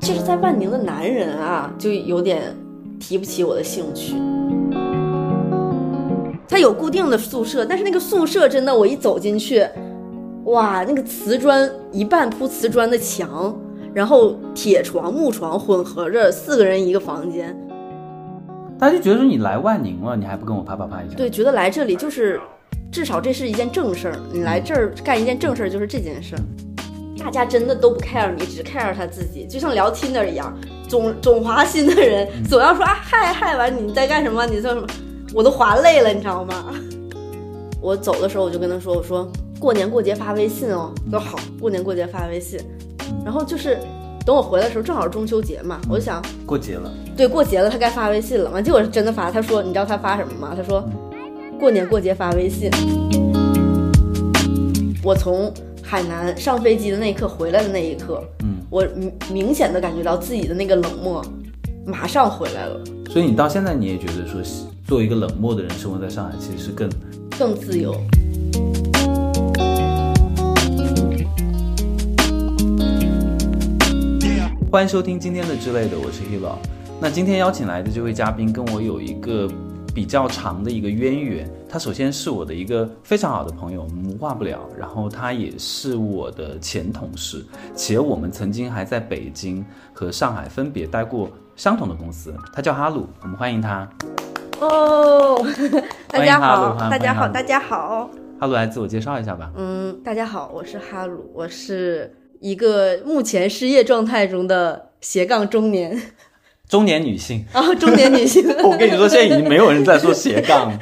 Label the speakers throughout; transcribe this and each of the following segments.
Speaker 1: 这是在万宁的男人啊，就有点提不起我的兴趣。他有固定的宿舍，但是那个宿舍真的，我一走进去，哇，那个瓷砖一半铺瓷砖的墙，然后铁床、木床混合着，四个人一个房间。
Speaker 2: 大家就觉得说你来万宁了，你还不跟我啪啪啪一下？
Speaker 1: 对，觉得来这里就是，至少这是一件正事儿。你来这儿干一件正事儿，就是这件事儿。大家真的都不 care 你，只 care 他自己，就像聊 Tinder 一样，总总滑新的人总要说啊嗨嗨完你在干什么？你做什么？我都滑累了，你知道吗？ 我走的时候我就跟他说，我说过年过节发微信哦，他说好，过年过节发微信。然后就是等我回来的时候，正好是中秋节嘛，我就想
Speaker 2: 过节了，
Speaker 1: 对，过节了，他该发微信了嘛？结果是真的发，他说，你知道他发什么吗？他说，过年过节发微信。我从海南上飞机的那一刻回来的那一刻，
Speaker 2: 嗯，
Speaker 1: 我明明显的感觉到自己的那个冷漠，马上回来了，
Speaker 2: 所以你到现在你也觉得说，作为一个冷漠的人，生活在上海其实是更
Speaker 1: 更自由。
Speaker 2: 欢迎收听今天的之类的，我是 Hilo。那今天邀请来的这位嘉宾跟我有一个比较长的一个渊源。他首先是我的一个非常好的朋友，我们无话不聊。然后他也是我的前同事，且我们曾经还在北京和上海分别待过相同的公司。他叫哈鲁，我们欢迎他。
Speaker 1: 哦， 大家
Speaker 2: 哈
Speaker 1: 好
Speaker 2: 鲁，哈
Speaker 1: 大家
Speaker 2: 欢
Speaker 1: 好，
Speaker 2: 迎哈鲁
Speaker 1: 大家好。
Speaker 2: 哈鲁来自我介绍一下吧。
Speaker 1: 嗯，大家好，我是哈鲁，我是一个目前失业状态中的斜杠中年，
Speaker 2: 中年女性，
Speaker 1: 然后中年女性。
Speaker 2: 我跟你说，现在已经没有人在说斜杠 了。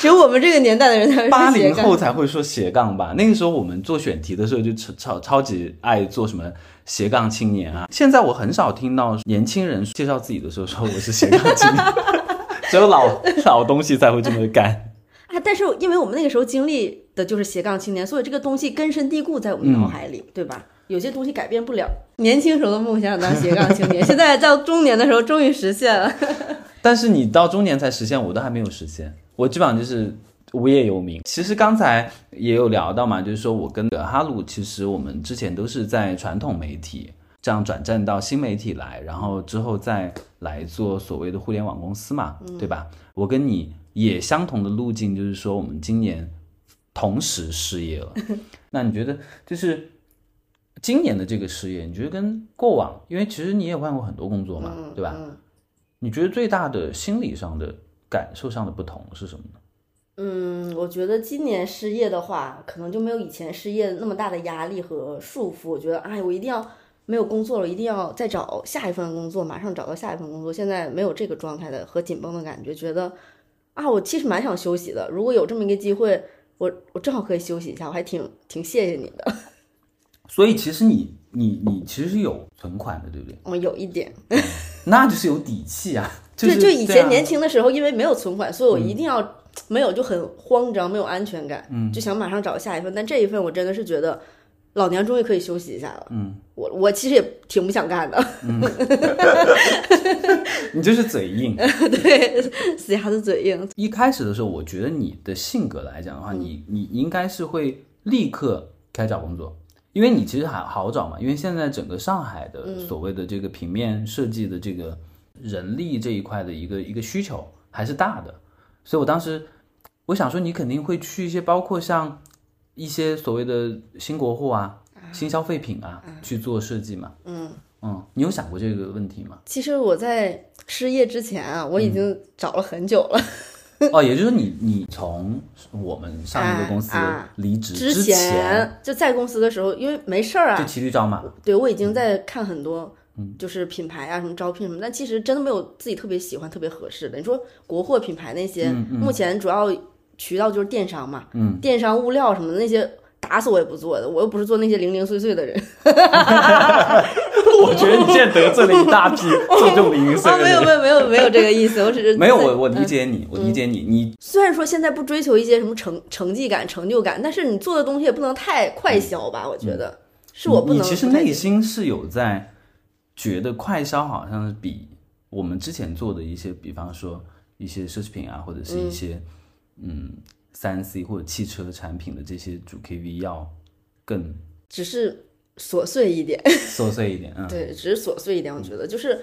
Speaker 1: 只有我们这个年代的人才会
Speaker 2: 八
Speaker 1: 说斜
Speaker 2: 零
Speaker 1: 杠
Speaker 2: 后才会说斜杠吧？那个时候我们做选题的时候就超超超级爱做什么斜杠青年啊。现在我很少听到年轻人介绍自己的时候说我是斜杠青年， 只有老老东西才会这么干。
Speaker 1: 啊！但是因为我们那个时候经历的就是斜杠青年，所以这个东西根深蒂固在我们脑海
Speaker 2: 嗯
Speaker 1: 里，对吧？有些东西改变不了。年轻时候的梦想当斜杠青年，现在到中年的时候终于实现了。
Speaker 2: 但是你到中年才实现，我都还没有实现，我基本上就是。无业游民。其实刚才也有聊到嘛，就是说我跟呃哈鲁，其实我们之前都是在传统媒体这样转战到新媒体来，然后之后再来做所谓的互联网公司嘛，对吧？我跟你也相同的路径，就是说我们今年同时失业了。那你觉得就是今年的这个失业，你觉得跟过往，因为其实你也换过很多工作嘛，
Speaker 1: 嗯
Speaker 2: 对吧？你觉得最大的心理上的感受上的不同是什么呢？
Speaker 1: 嗯，我觉得今年失业的话，可能就没有以前失业那么大的压力和束缚。我觉得，哎，我一定要没有工作了，一定要再找下一份工作，马上找到下一份工作。现在没有这个状态的和紧绷的感觉，觉得啊，我其实蛮想休息的。如果有这么一个机会，我我正好可以休息一下，我还挺挺谢谢你的。
Speaker 2: 所以其实你你你其实是有存款的，对不对？
Speaker 1: 嗯，有一点，
Speaker 2: 那就是有底气啊！
Speaker 1: 对，嗯
Speaker 2: 是
Speaker 1: 就以前年
Speaker 2: 轻、
Speaker 1: 轻的时候，因为没有存款，所以我一定要、没有就很慌张，没有安全感，嗯，就想马上找下一份。但这一份我真的是觉得，老娘终于可以休息一下了。嗯，我我其实也挺不想干的，
Speaker 2: 啊、你就是嘴硬。
Speaker 1: 对，死鸭子嘴硬。
Speaker 2: 一开始的时候，我觉得你的性格来讲的话，你你应该是会立刻开始找工作，因为你其实还好找嘛，因为现在整个上海的所谓的这个平面设计的这个人力这一块的一个一个需求还是大的，所以我当时我想说，你肯定会去一些包括像一些所谓的新国货啊、新消费品啊去做设计嘛，嗯嗯，你有想过这个问题吗？
Speaker 1: 其实我在失业之前啊，我已经找了很久了，
Speaker 2: 哦，也就是说你你从我们上一个公司
Speaker 1: 啊啊
Speaker 2: 离职
Speaker 1: 之
Speaker 2: 前
Speaker 1: 前就在公司的时候，因为没事儿啊
Speaker 2: 就，骑驴找马，
Speaker 1: 对我已经在看很多，
Speaker 2: 嗯
Speaker 1: 就是品牌啊什么招聘什么，但其实真的没有自己特别喜欢、特别合适的。你说国货品牌那些，
Speaker 2: 嗯
Speaker 1: 目前主要渠道就是电商嘛，电商物料什么的那些。打死我也不做的，我又不是做那些零零碎碎的人
Speaker 2: 我觉得你现在得罪了一大批做这种零零碎
Speaker 1: 啊！
Speaker 2: 碎
Speaker 1: 没有
Speaker 2: 的
Speaker 1: 没有没有没有嗯这个意思，我只是
Speaker 2: 人。没有，我我理解你，我理解你，你
Speaker 1: 虽然说现在不追求一些什么成成绩感、成就感，但是你做的东西也不能太快消吧？我觉得是我不
Speaker 2: 嗯你
Speaker 1: 能。
Speaker 2: 其实内心是有在觉得快消好像是比我们之前做的一些，比方说一些奢侈品啊，或者是一些嗯三 C 或者汽车产品的这些主 KV 要更
Speaker 1: 只是琐碎一点，
Speaker 2: 琐碎一点，嗯，
Speaker 1: 对，只是琐碎一点。我觉得就是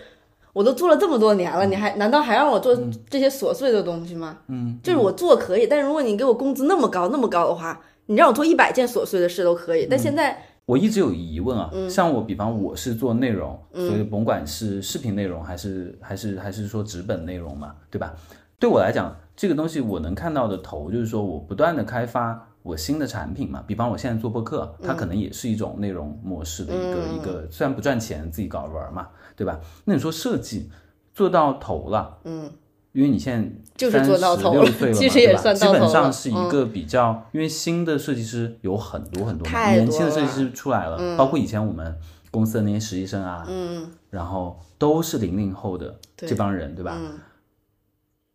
Speaker 1: 我都做了这么多年了，你还难道还让我做这些琐碎的东西吗？
Speaker 2: 嗯，
Speaker 1: 就是我做可以，但如果你给我工资那么高那么高的话，你让我做一百件琐碎的事都可
Speaker 2: 嗯
Speaker 1: 以。但现在
Speaker 2: 我一直有疑问啊，
Speaker 1: 嗯
Speaker 2: 像我，比方我是做内容，所以甭管是视频内容还是还是还是说纸本内容嘛，对吧？对我来讲，这个东西我能看到的头就是说我不断的开发我新的产品嘛，比方我现在做播客，它
Speaker 1: 嗯
Speaker 2: 可能也是一种内容模式的一个、一个，虽然不赚钱，自己搞着玩嘛，对吧？那你说设计做到头了，
Speaker 1: 嗯，
Speaker 2: 因为你现在
Speaker 1: 就是做到头
Speaker 2: 了
Speaker 1: 了，
Speaker 2: 岁了嘛
Speaker 1: 其实也
Speaker 2: 对吧
Speaker 1: 算到
Speaker 2: 基本
Speaker 1: 头
Speaker 2: 上
Speaker 1: 了
Speaker 2: 是一个比较，因为新的设计师有很多很多嘛，
Speaker 1: 太
Speaker 2: 年
Speaker 1: 多
Speaker 2: 轻的设计
Speaker 1: 了
Speaker 2: 师出来了，包括以前我们公司的那些实习生啊，
Speaker 1: 嗯，
Speaker 2: 然后都是零零后的
Speaker 1: 对
Speaker 2: 这帮人，对吧？
Speaker 1: 嗯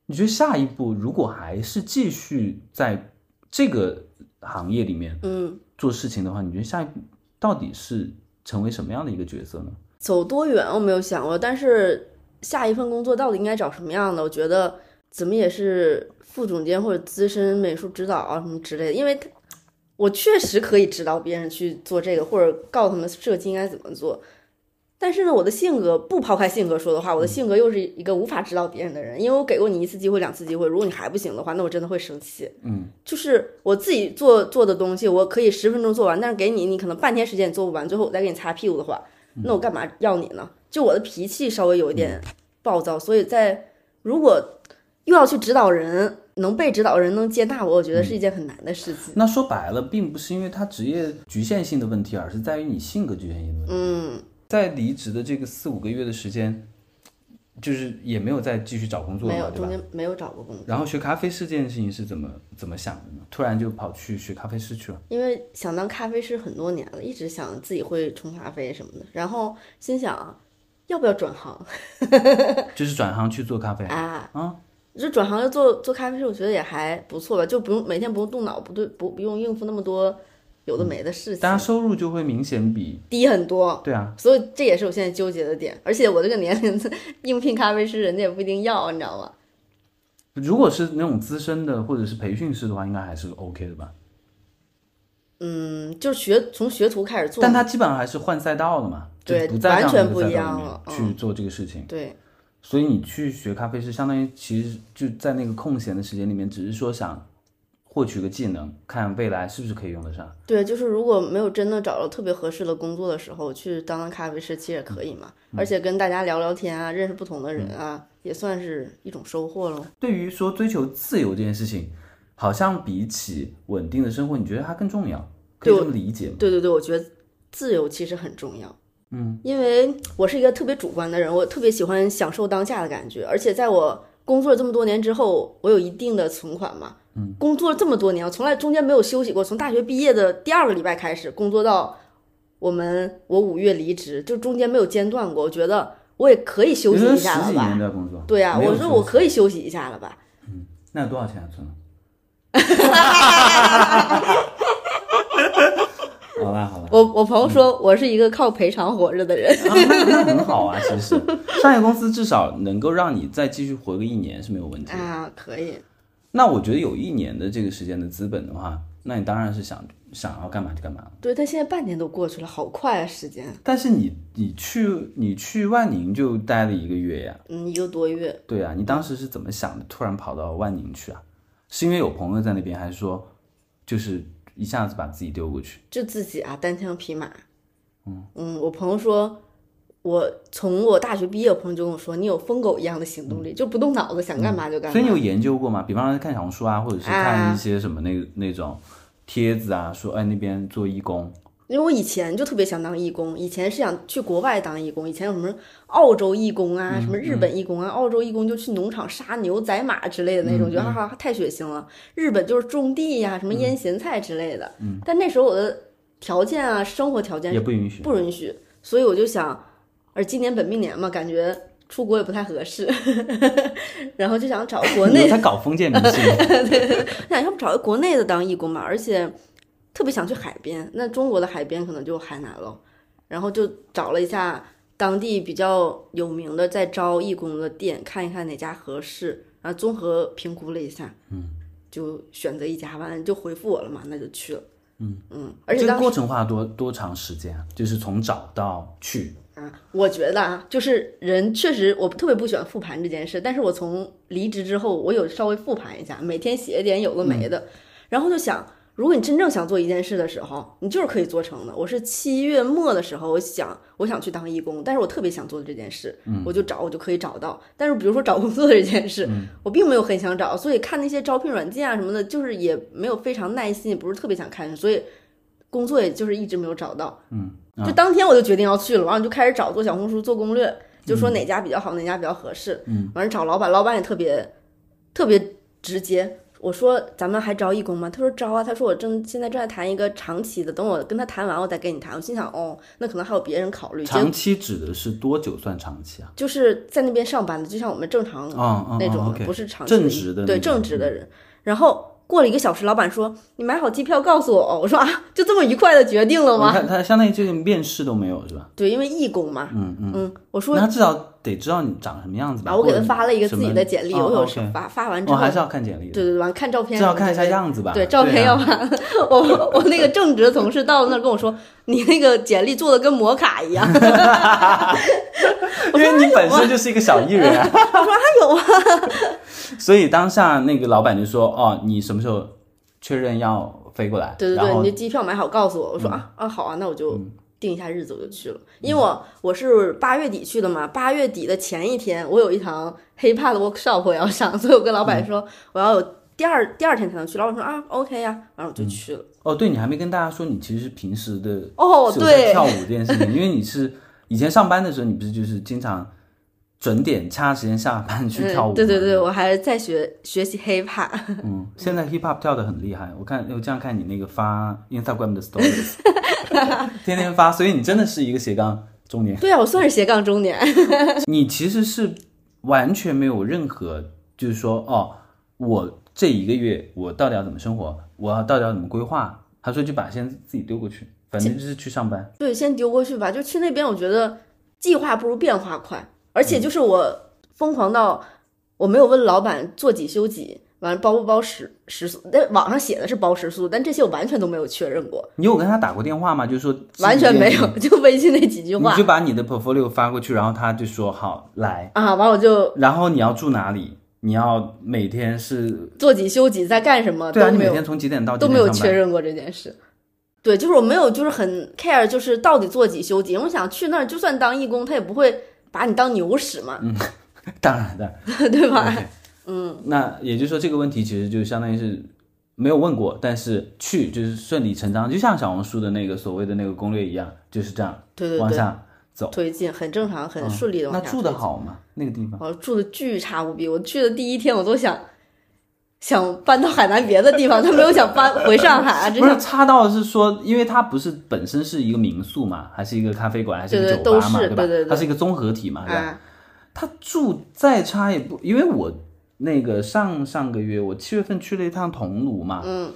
Speaker 2: 你觉得下一步如果还是继续在这个行业里面
Speaker 1: 嗯，
Speaker 2: 做事情的话，你觉得下一步到底是成为什么样的一个角色呢？
Speaker 1: 走多远我没有想过，但是下一份工作到底应该找什么样的？我觉得怎么也是副总监或者资深美术指导啊什么之类的，因为他我确实可以指导别人去做这个，或者告诉他们设计应该怎么做。但是呢，我的性格不抛开性格说的话，我的性格又是一个无法指导别人的人，因为我给过你一次机会、两次机会，如果你还不行的话，那我真的会生气。
Speaker 2: 嗯，
Speaker 1: 就是我自己做做的东西，我可以十分钟做完，但是给你，你可能半天时间也做不完，最后我再给你擦屁股的话，那我干嘛要你呢？就我的脾气稍微有一点暴躁，所以在如果又要去指导人，能被指导人能接纳我，我觉得是一件很难的事情。
Speaker 2: 那说白了，并不是因为他职业局限性的问题，而是在于你性格局限性的问题。
Speaker 1: 嗯，
Speaker 2: 在离职的这个四五个月的时间，就是也没有再继续找工作
Speaker 1: 没有，
Speaker 2: 嘛，对
Speaker 1: 中
Speaker 2: 吧？
Speaker 1: 间没有找过工作，
Speaker 2: 然后学咖啡师这件事情是怎么怎么想的呢？突然就跑去学咖啡师去了。
Speaker 1: 因为想当咖啡师很多年了，一直想自己会冲咖啡什么的，然后心想啊，要不要转行？
Speaker 2: 就是转行去做咖啡。
Speaker 1: 呃啊
Speaker 2: 啊
Speaker 1: 就转行就做做咖啡师，我觉得也还不错吧，就不用每天不用动脑，不对，不不用应付那么多有的没的事
Speaker 2: 大家
Speaker 1: 情，
Speaker 2: 收入就会明显比
Speaker 1: 低很多。
Speaker 2: 对啊，
Speaker 1: 所以这也是我现在纠结的点，而且我这个年龄应聘咖啡师，人家也不一定要，你知道吗？
Speaker 2: 如果是那种资深的或者是培训师的话，应该还是 OK 的吧？
Speaker 1: 嗯，就是学从学徒开始做
Speaker 2: 但
Speaker 1: 嘛，
Speaker 2: 他基本上还是换赛道了嘛，就
Speaker 1: 对
Speaker 2: 不在这样的
Speaker 1: 完全不一样
Speaker 2: 赛道
Speaker 1: 了嗯
Speaker 2: 里面去做这个事情。
Speaker 1: 对
Speaker 2: 所以你去学咖啡师，相当于其实就在那个空闲的时间里面，只是说想获取个技能，看未来是不是可以用得上。
Speaker 1: 对，就是如果没有真的找到特别合适的工作的时候，去当当咖啡师其实也可以嘛，而且跟大家聊聊天啊，认识不同的人啊，也算是一种收获喽。
Speaker 2: 对于说追求自由这件事情，好像比起稳定的生活，你觉得它更重要？可以这么理解吗？
Speaker 1: 对对对，我觉得自由其实很重要。嗯，因为我是一个特别主观的人，我特别喜欢享受当下的感觉，而且在我工作这么多年之后，我有一定的存款嘛。嗯，工作这么多年，我从来中间没有休息过，从大学毕业的第二个礼拜开始工作到我们我五月离职，就中间没有间断过。我觉得我也可以休
Speaker 2: 你
Speaker 1: 息
Speaker 2: 说
Speaker 1: 一
Speaker 2: 十
Speaker 1: 下了
Speaker 2: 几年
Speaker 1: 吧？
Speaker 2: 都在工作，
Speaker 1: 对呀、
Speaker 2: 没有
Speaker 1: 我说我
Speaker 2: 休息
Speaker 1: 可以休息一下了吧？
Speaker 2: 那有多少钱啊，存了？ 好啦好啦，
Speaker 1: 我我朋友说
Speaker 2: 嗯
Speaker 1: 我是一个靠赔偿活着的人。
Speaker 2: 啊那那很好啊，其实商业公司至少能够让你再继续活个一年是没有问题的。
Speaker 1: 啊，可以，
Speaker 2: 那我觉得有一年的这个时间的资本的话，那你当然是想想要干嘛就干嘛了。
Speaker 1: 对，但现在半年都过去了，好快啊，时间。
Speaker 2: 但是你你去你去万宁就待了一个月呀，
Speaker 1: 嗯，一个多月。
Speaker 2: 对啊，你当时是怎么想的？突然跑到万宁去啊？是因为有朋友在那边，还是说就是一下子把自己丢过去？
Speaker 1: 就自己啊，单枪匹马。嗯我朋友说，我从我大学毕业，我朋友就跟我说，你有疯狗一样的行动力，就不动脑子，想干嘛就干嘛。
Speaker 2: 嗯所以你有研究过吗？比方说看小红书啊，或者是看
Speaker 1: 啊
Speaker 2: 一些什么那、那种帖子啊，说哎那边做义工，
Speaker 1: 因为我以前就特别想当义工，以前是想去国外当义工，以前有什么澳洲义工啊，
Speaker 2: 嗯
Speaker 1: 什么日本义工啊，澳洲义工就去农场杀牛宰马之类的那种，
Speaker 2: 嗯
Speaker 1: 觉得哈哈太血腥了。日本就是种地呀、什么腌咸菜之类的。
Speaker 2: 嗯
Speaker 1: 但那时候我的条件啊，生活条件
Speaker 2: 也不允许。
Speaker 1: 不允许，所以我就想，而今年本命年嘛，感觉出国也不太合适， 然后就想找国
Speaker 2: 你
Speaker 1: 内，
Speaker 2: 在搞封建迷信，
Speaker 1: 想要不找个国内的当义工吧，而且特别想去海边，那中国的海边可能就海南喽，然后就找了一下当地比较有名的在招义工的店，看一看哪家合适，然后综合评估了一下，嗯，就选择一家，完了就回复我了嘛，那就去了。嗯嗯， 而且
Speaker 2: 这个
Speaker 1: 当时
Speaker 2: 过程花了多多长时间啊？就是从找到去，
Speaker 1: 啊，我觉得啊，就是人确实，我特别不喜欢复盘这件事，但是我从离职之后，我有稍微复盘一下，每天写一点有的没的，然后就想，如果你真正想做一件事的时候，你就是可以做成的。我是七月末的时候，我想我想去当义工，但是我特别想做的这件事，我就找，我就可以找到。但是比如说找工作这件事，我并没有很想找，所以看那些招聘软件啊什么的，就是也没有非常耐心，也不是特别想看，所以工作也就是一直没有找到。
Speaker 2: 嗯啊
Speaker 1: 就当天我就决定要去了，完了就开始找做小红书做攻略，就
Speaker 2: 嗯
Speaker 1: 说哪家比较好，哪家比较合适。嗯，完了找老板，老板也特别特别直接。我说咱们还招义工吗？他说招啊。他说我正现在正在谈一个长期的，等我跟他谈完我再跟你谈。我心想哦，那可能还有别人考虑，结
Speaker 2: 长期指的是多久算长期啊？
Speaker 1: 就是在那边上班的，就像我们正常
Speaker 2: 哦哦
Speaker 1: 那
Speaker 2: 哦
Speaker 1: 种的，
Speaker 2: ，OK
Speaker 1: 不是长期
Speaker 2: 正职的
Speaker 1: 对
Speaker 2: 那种嗯
Speaker 1: 正职的人。然后过了一个小时，老板说你买好机票告诉我。我说啊，就这么愉快的决定了
Speaker 2: 哦你
Speaker 1: 吗？
Speaker 2: 看他相当于这个面试都没有是吧？
Speaker 1: 对，因为义工嘛。嗯嗯我说
Speaker 2: 那他至少得知道你长什么样子吧？
Speaker 1: 啊，我给
Speaker 2: 或
Speaker 1: 他
Speaker 2: 者
Speaker 1: 发了一个自己的
Speaker 2: 什么
Speaker 1: 简历，
Speaker 2: 哦
Speaker 1: 我有时
Speaker 2: OK
Speaker 1: 候发发完之
Speaker 2: 我
Speaker 1: 后，
Speaker 2: 还是要看简历的，
Speaker 1: 对对对，完看照片
Speaker 2: 至
Speaker 1: 什么
Speaker 2: 少
Speaker 1: 之类的，
Speaker 2: 看一下样子吧。
Speaker 1: 对，照片
Speaker 2: 啊
Speaker 1: 要看。我我那个正直的同事到了那儿跟我说，你那个简历做的跟摩卡一样。
Speaker 2: 因为你本身就是一个小 艺人、啊，我说还有啊，所以当下那个老板就说，哦，你什么时候确认要飞过来？
Speaker 1: 对对
Speaker 2: 然
Speaker 1: 对，
Speaker 2: 后嗯
Speaker 1: 你这机票买好告诉我。我说啊啊好啊，那我就定一下日子我就去了，因为我我是八月底去的嘛，八月底的前一天我有一堂 hiphop 的 workshop 我要上，所以我跟老
Speaker 2: 嗯
Speaker 1: 板说我要有第二第二天才能去。老板说啊 OK 呀、然后我就去了。
Speaker 2: 哦，对你还没跟大家说，你其实平时的
Speaker 1: 哦
Speaker 2: 是有在
Speaker 1: 对
Speaker 2: 跳舞这件事情，因为你是以前上班的时候，你不是就是经常准点掐时间下班去跳舞
Speaker 1: 嗯。
Speaker 2: 吗、
Speaker 1: 对对对，我还在学学习 hiphop。
Speaker 2: 嗯，现在 hip hop 跳的很厉害，我看我这样看你那个发 Instagram 的 stories，天天发，所以你真的是一个斜杠中年。
Speaker 1: 对啊，我算是斜杠中年。
Speaker 2: 你其实是完全没有任何，就是说，哦，我这一个月我到底要怎么生活，我要到底要怎么规划？他说就把先自己丢过去，反正就是去上班。
Speaker 1: 对，先丢过去吧。就去那边，我觉得计划不如变化快，而
Speaker 2: 嗯
Speaker 1: 且就是我疯狂到我没有问老板做几休几，完了包不包食食宿。但网上写的是包食宿，但这些我完全都没有确认过，
Speaker 2: 你有跟他打过电话吗？就是说
Speaker 1: 完全没有，
Speaker 2: 今，
Speaker 1: 就微信那几句
Speaker 2: 天你
Speaker 1: 话
Speaker 2: 就把你的 portfolio 发过去，然后他就说好来，
Speaker 1: 啊。完我就
Speaker 2: 然后你要住哪里，你要每天是，
Speaker 1: 做几休几，在干什么
Speaker 2: 对啊，
Speaker 1: 呃都
Speaker 2: 你
Speaker 1: 没
Speaker 2: 每
Speaker 1: 有
Speaker 2: 天从几点到几
Speaker 1: 都
Speaker 2: 点
Speaker 1: 没有
Speaker 2: 上班
Speaker 1: 确认过这件事。对，就是我没有，就是很 care，就是到底做几休几。因为我想去那儿，就算当义工，他也不会把你当牛使嘛，
Speaker 2: 嗯当然的，
Speaker 1: 对吧？
Speaker 2: 嗯，那也就是说这个问题其实就相当于是没有问过，但是去就是顺理成章，就像小红书的那个所谓的那个攻略一样，就是这样
Speaker 1: 对对
Speaker 2: 往
Speaker 1: 对。
Speaker 2: 下走，
Speaker 1: 推进，很正常，很顺利的往
Speaker 2: 那
Speaker 1: 下、
Speaker 2: 住的，好吗？那个地方
Speaker 1: 我住的巨差无比。我去的第一天，我都想想搬到海南别的地方，他没有想搬回上 海，啊只
Speaker 2: 不是
Speaker 1: 想
Speaker 2: 差到是说，因为它不是本身是一个民宿嘛，还是一个咖啡馆，还是一
Speaker 1: 对
Speaker 2: 个
Speaker 1: 对
Speaker 2: 酒吧嘛，
Speaker 1: 都是
Speaker 2: 吧？
Speaker 1: 对对对
Speaker 2: 它是一个综合体嘛，对吧？
Speaker 1: 啊，
Speaker 2: 他住再差也不，因为我那个上上个月我七月份去了一趟桐庐嘛，嗯，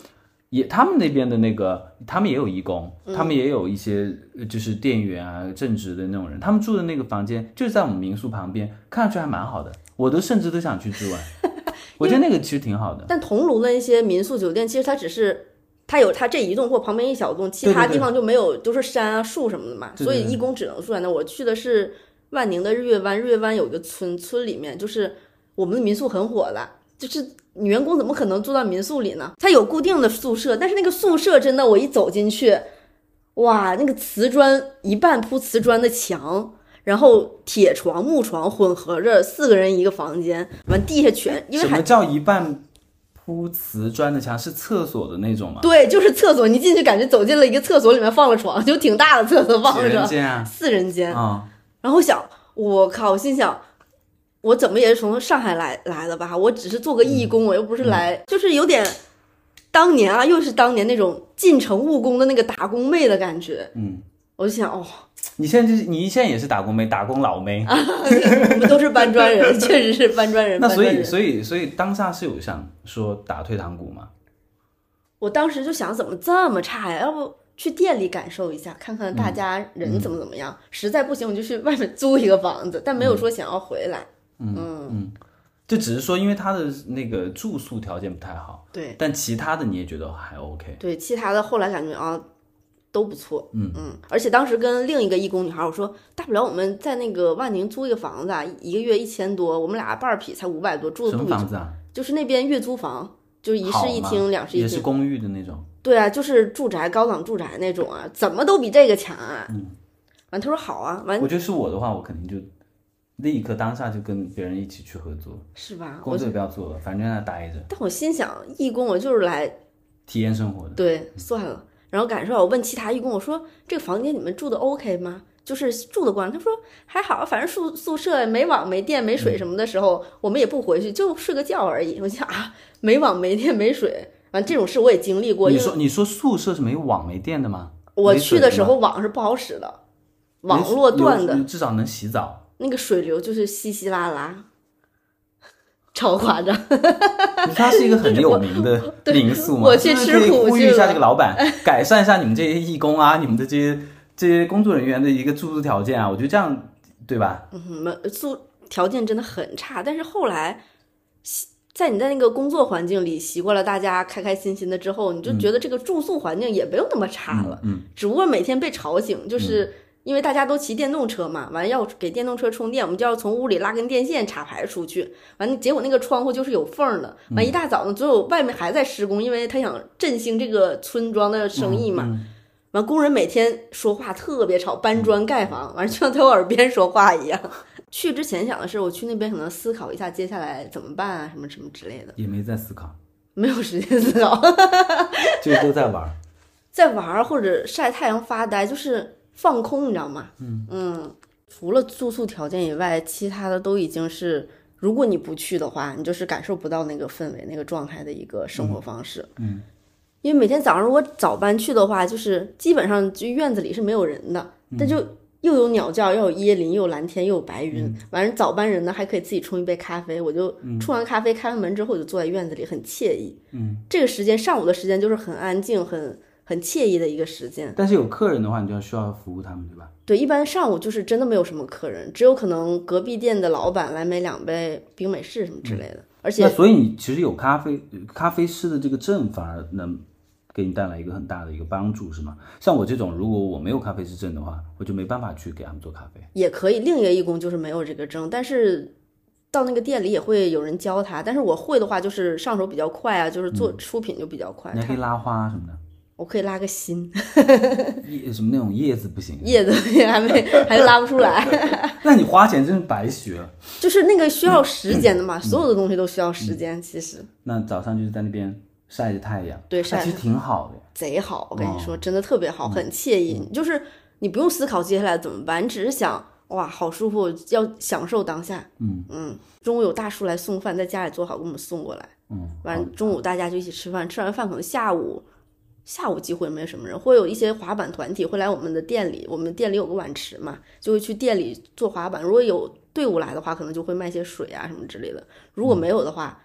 Speaker 2: 也他们那边的那个他们也有义工，他们也有一些呃就是店员啊正职的那种人，他们住的那个房间就是在我们民宿旁边，看上去还蛮好的，我都甚至都想去住 哎，我觉得那个其实挺好的，
Speaker 1: 但桐庐的一些民宿酒店，其实它只是。它有它这一栋或旁边一小栋，其他
Speaker 2: 对对对
Speaker 1: 地方就没有，都是山啊、树什么的嘛，
Speaker 2: 对对
Speaker 1: 所
Speaker 2: 对
Speaker 1: 以义工只能住在那。我去的是万宁的日月湾，日月湾有个村，村里面就是我们的民宿很火的，就是女员工怎么可能住到民宿里呢？它有固定的宿舍，但是那个宿舍真的，我一走进去，哇，那个瓷砖一半铺瓷砖的墙，然后铁床、木床混合着，四个人一个房间，完地下全因为
Speaker 2: 什
Speaker 1: 海
Speaker 2: 么叫一半铺瓷砖的墙是厕所的那种吗？
Speaker 1: 对，就是厕所，你进去感觉走进了一个厕所，里面放了床，就挺大的厕所放
Speaker 2: 几
Speaker 1: 着
Speaker 2: 人
Speaker 1: 床，
Speaker 2: 间啊？
Speaker 1: 四人间。
Speaker 2: 啊、
Speaker 1: 然后我想，我靠，我心想，我怎么也是从上海来来的吧？我只是做个义工，我又
Speaker 2: 嗯
Speaker 1: 不是来，就是有点当年啊，又是当年那种进城务工的那个打工妹的感觉。
Speaker 2: 嗯，
Speaker 1: 我就想，哦，
Speaker 2: 你现在就是你现在也是打工妹，打工老妹。
Speaker 1: 我们都是搬砖人， 确实是搬 砖人。
Speaker 2: 那
Speaker 1: 搬
Speaker 2: 所
Speaker 1: 砖
Speaker 2: 以，
Speaker 1: 人
Speaker 2: 所以，所以当下是有想说打退堂鼓嘛？
Speaker 1: 我当时就想，怎么这么差呀？要不去店里感受一下，看看
Speaker 2: 嗯
Speaker 1: 大家人怎么怎么样。实在不行，我就去外面租一个房子，但没有说想要回来。嗯，
Speaker 2: 嗯，就只是说因为他的那个住宿条件不太好，
Speaker 1: 对
Speaker 2: 但其他的你也觉得还 OK。
Speaker 1: 对，其他的后来感觉啊都不错，
Speaker 2: 嗯
Speaker 1: 嗯，而且当时跟另一个义工女孩我说，大不了我们在那个万宁租一个房子，啊，一个月一千多，我们俩半儿匹才五百多，住
Speaker 2: 什
Speaker 1: 的
Speaker 2: 么
Speaker 1: 不
Speaker 2: 房
Speaker 1: 匀，
Speaker 2: 子啊？
Speaker 1: 就是那边月租房，就是一
Speaker 2: 好
Speaker 1: 室一
Speaker 2: 嘛
Speaker 1: 厅，两室一
Speaker 2: 也是
Speaker 1: 厅，
Speaker 2: 公寓的那种。
Speaker 1: 对啊，就是住宅高档住宅那种啊，怎么都比这个强啊。
Speaker 2: 嗯
Speaker 1: 完他说好啊，完
Speaker 2: 我觉得是我的话，我肯定就立刻当下就跟别人一起去合作，
Speaker 1: 是吧？
Speaker 2: 工
Speaker 1: 啊我
Speaker 2: 作也不要做了，反正在那待着，
Speaker 1: 但我心想，义工我就是来
Speaker 2: 体验生活的。
Speaker 1: 对，算了。然后感受，我问其他义工，我说这个房间你们住的 OK 吗？就是住的惯。他说还好，反正宿宿舍没网没电没
Speaker 2: 嗯
Speaker 1: 水什么的时候，我们也不回去，就睡个觉而已。我想啊，没网没电没水，完这种事我也经历过，
Speaker 2: 你
Speaker 1: 因为
Speaker 2: 说你说宿舍是没网没电的吗？
Speaker 1: 我
Speaker 2: 没
Speaker 1: 去
Speaker 2: 水
Speaker 1: 的
Speaker 2: 的
Speaker 1: 时
Speaker 2: 吗
Speaker 1: 候网是不好使的，
Speaker 2: 没
Speaker 1: 网络
Speaker 2: 有
Speaker 1: 断的，
Speaker 2: 有至少能洗澡。
Speaker 1: 那个水流就是稀稀拉拉，超夸张。
Speaker 2: 它是一个很有名的
Speaker 1: 对
Speaker 2: 民宿嘛，
Speaker 1: 我去
Speaker 2: 就是可以
Speaker 1: 吃苦
Speaker 2: 呼
Speaker 1: 去
Speaker 2: 吁一下
Speaker 1: 了
Speaker 2: 这个老 板，改善一下你们这些义工啊，你们的这些这些工作人员的一个住宿条件啊，我觉得这样对吧？
Speaker 1: 嗯，没宿条件真的很差，但是后来习在你在那个工作环境里习惯了大家开开心心的之后，你就觉得这个住宿环境也没有那么差了，
Speaker 2: 嗯，
Speaker 1: 只不过每天被吵醒，就是因为大家都骑电动车嘛，完要给电动车充电，我们就要从屋里拉根电线插排出去，完结果那个窗户就是有缝儿的，完一大早呢，总有外面还在施工，因为他想振兴这个村庄的生意嘛，
Speaker 2: 嗯
Speaker 1: 完，工人每天说话特别吵，搬砖盖房，完就像在我耳边说话一样。 去之前想的是，我去那边可能思考一下接下来怎么办啊，什么什么之类的，
Speaker 2: 也没在思考，
Speaker 1: 没有时间思考，
Speaker 2: 就都在玩儿。
Speaker 1: 在玩儿或者晒太阳发呆，就是放空，你知道吗？嗯除了住宿条件以外，其他的都已经是，如果你不去的话，你就是感受不到那个氛围、那个状态的一个生活方式。
Speaker 2: 嗯
Speaker 1: 因为每天早上如果早班去的话，就是基本上就院子里是没有人的，
Speaker 2: 嗯
Speaker 1: 但就又有鸟叫，又有椰林，又有蓝天，又有白云。
Speaker 2: 嗯
Speaker 1: 完了早班人呢还可以自己冲一杯咖啡，我就冲完咖啡开完门之后，我就坐在院子里很惬意。
Speaker 2: 嗯，
Speaker 1: 这个时间上午的时间就是很安静、很很惬意的一个时间。
Speaker 2: 但是有客人的话，你就要需要服务他们，对吧？
Speaker 1: 对，一般上午就是真的没有什么客人，只有可能隔壁店的老板来买两杯冰美式什么之类的。而且
Speaker 2: 那所以你其实有咖啡咖啡师的这个证，反而能给你带来一个很大的一个帮助，是吗？像我这种，如果我没有咖啡师证的话，我就没办法去给他们做咖啡。
Speaker 1: 也可以，另一个义工就是没有这个证，但是到那个店里也会有人教他。但是我会的话，就是上手比较快啊，就是做出品就比较快。
Speaker 2: 你还可以
Speaker 1: 他
Speaker 2: 拉花什么的，
Speaker 1: 我可以拉个心，
Speaker 2: 叶什么那种叶子不行。
Speaker 1: 叶子 还没还拉不出来，
Speaker 2: 那你花钱真是白学了。
Speaker 1: 就是那个需要时间的嘛，所有的东西都需要时间，其实
Speaker 2: 那早上就是在那边晒着太阳，
Speaker 1: 对
Speaker 2: 那
Speaker 1: 晒
Speaker 2: 其实挺好的。
Speaker 1: 贼好。我跟
Speaker 2: 哦
Speaker 1: 你说，真的特别好，
Speaker 2: 嗯
Speaker 1: 很惬意，就是你不用思考接下来怎么办，你只是想哇，好舒服，要享受当下。
Speaker 2: 嗯
Speaker 1: 嗯，中午有大叔来送饭，在家里做好给我们送过来。
Speaker 2: 嗯，好
Speaker 1: 完中午大家就一起吃饭，吃完饭可能下午下午几乎也没什么人，会有一些滑板团体会来我们的店里，我们店里有个碗池嘛，就会去店里做滑板。如果有队伍来的话，可能就会卖些水啊什么之类的；如
Speaker 2: 嗯
Speaker 1: 果没有的话，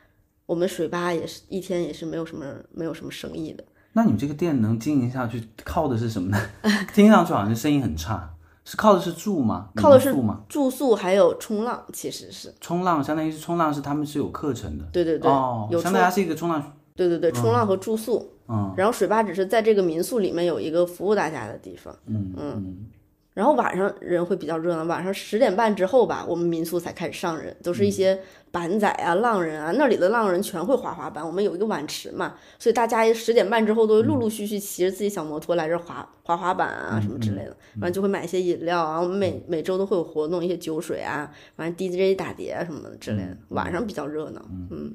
Speaker 1: 我们水吧也是一天也是没有什么没有什么生意的。
Speaker 2: 那你们这个店能经营下去，靠的是什么呢？ 听上去好像生意很差，是靠的是住吗？
Speaker 1: 靠的是
Speaker 2: 民宿吗？
Speaker 1: 住宿还有冲浪，其实是
Speaker 2: 冲浪相当于是冲浪是他们是有课程的。
Speaker 1: 对对对，
Speaker 2: 哦，
Speaker 1: 有
Speaker 2: 相
Speaker 1: 冲
Speaker 2: 当于它是一个冲浪，
Speaker 1: 对对对，冲浪和住宿。
Speaker 2: 嗯
Speaker 1: 然后水吧只是在这个民宿里面有一个服务大家的地方。
Speaker 2: 嗯嗯，
Speaker 1: 然后晚上人会比较热闹，晚上十点半之后吧，我们民宿才开始上人，都是一
Speaker 2: 嗯
Speaker 1: 些板仔啊、浪人啊，那里的浪人全会滑滑板。我们有一个碗池嘛，所以大家十点半之后都会陆陆续续骑着自己小摩托来这儿滑滑滑板
Speaker 2: 嗯
Speaker 1: 啊什么之类的，完就会买一些饮料啊。我们每每周都会有活动，一些酒水啊，完 DJ 打碟啊什么的之类的。
Speaker 2: 嗯
Speaker 1: 晚上比较热闹，嗯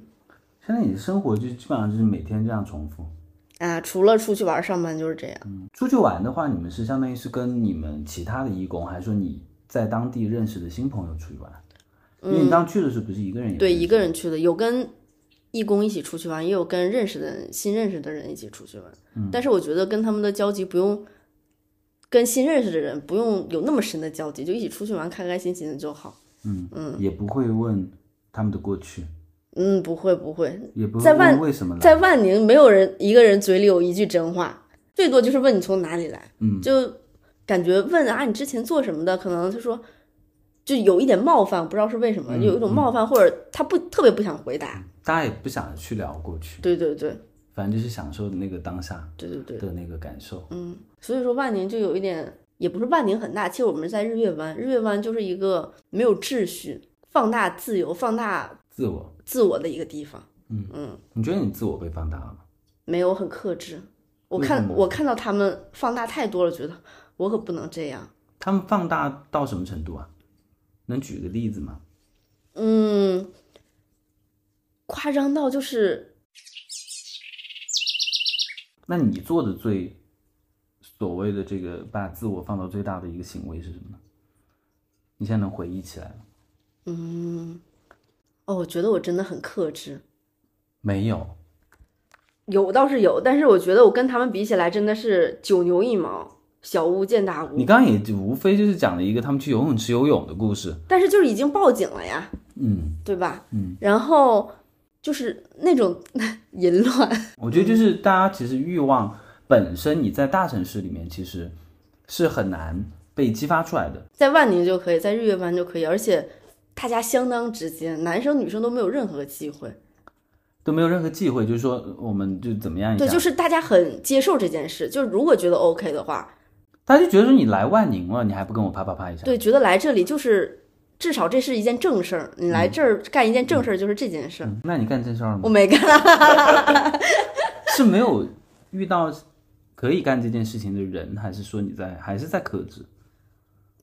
Speaker 2: 现在你的生活就基本上就是每天这样重复。
Speaker 1: 啊，除了出去玩、上班就是这样。
Speaker 2: 出去玩的话，你们是相当于是跟你们其他的义工，还是说你在当地认识的新朋友出去玩？因为你当去的时候不是一个人也不
Speaker 1: 嗯对，
Speaker 2: 认识
Speaker 1: 一个人去的，有跟义工一起出去玩，也有跟认识的人、新认识的人一起出去玩。但是我觉得跟他们的交集不用，跟新认识的人不用有那么深的交集，就一起出去玩，开开心心的就好。
Speaker 2: 也不会问他们的过去，
Speaker 1: 嗯，不会不会，
Speaker 2: 也不会
Speaker 1: 在万
Speaker 2: 问为什么来。
Speaker 1: 在万宁没有人一个人嘴里有一句真话，最多就是问你从哪里来，
Speaker 2: 嗯
Speaker 1: 就感觉问啊你之前做什么的，可能他说就有一点冒犯，我不知道是为什么，有一种冒犯，或者他不特别不想回答。
Speaker 2: 大家也不想去聊过去，
Speaker 1: 对对对
Speaker 2: 反正就是享受那个当下
Speaker 1: 对对对，
Speaker 2: 的那个感受。
Speaker 1: 嗯，所以说万宁就有一点，也不是万宁很大，其实我们是在日月湾，日月湾就是一个没有秩序、放大自由、放大
Speaker 2: 自我，
Speaker 1: 自我的一个地方。
Speaker 2: 嗯
Speaker 1: 嗯，
Speaker 2: 你觉得你自我被放大了吗？
Speaker 1: 没有很克制。我
Speaker 2: 为
Speaker 1: 看
Speaker 2: 什么
Speaker 1: 我看到他们放大太多了，觉得我可不能这样。
Speaker 2: 他们放大到什么程度啊？能举个例子吗？
Speaker 1: 嗯，夸张到就是
Speaker 2: 那你做的最所谓的这个把自我放到最大的一个行为是什么呢？你现在能回忆起来吗？
Speaker 1: 嗯，哦，我觉得我真的很克制。
Speaker 2: 没有，
Speaker 1: 有倒是有，但是我觉得我跟他们比起来，真的是九牛一毛，小巫见大
Speaker 2: 你
Speaker 1: 巫。
Speaker 2: 刚刚也就无非就是讲了一个他们去游泳池游泳的故事。
Speaker 1: 但是就是已经报警了呀，
Speaker 2: 嗯，
Speaker 1: 对吧？
Speaker 2: 嗯，
Speaker 1: 然后就是那种 淫乱，
Speaker 2: 我觉得就是大家其实欲望本身，你在大城市里面其实是很难被激发出来的。
Speaker 1: 在万宁就可以，在日月湾就可以，而且大家相当直接，男生女生都没有任何忌讳。
Speaker 2: 嗯都没有任何忌讳，就是说我们就怎么样一下，
Speaker 1: 对，就是大家很接受这件事，就是如果觉得 OK 的话，
Speaker 2: 他就觉得说你来万宁了，你还不跟我啪啪啪一下？
Speaker 1: 对，觉得来这里就是至少这是一件正事儿，你来这儿干一件正事儿就是这件事儿。
Speaker 2: 嗯，那你干这事儿了吗？
Speaker 1: 我没干，
Speaker 2: 是没有遇到可以干这件事情的人，还是说你在还是在克制？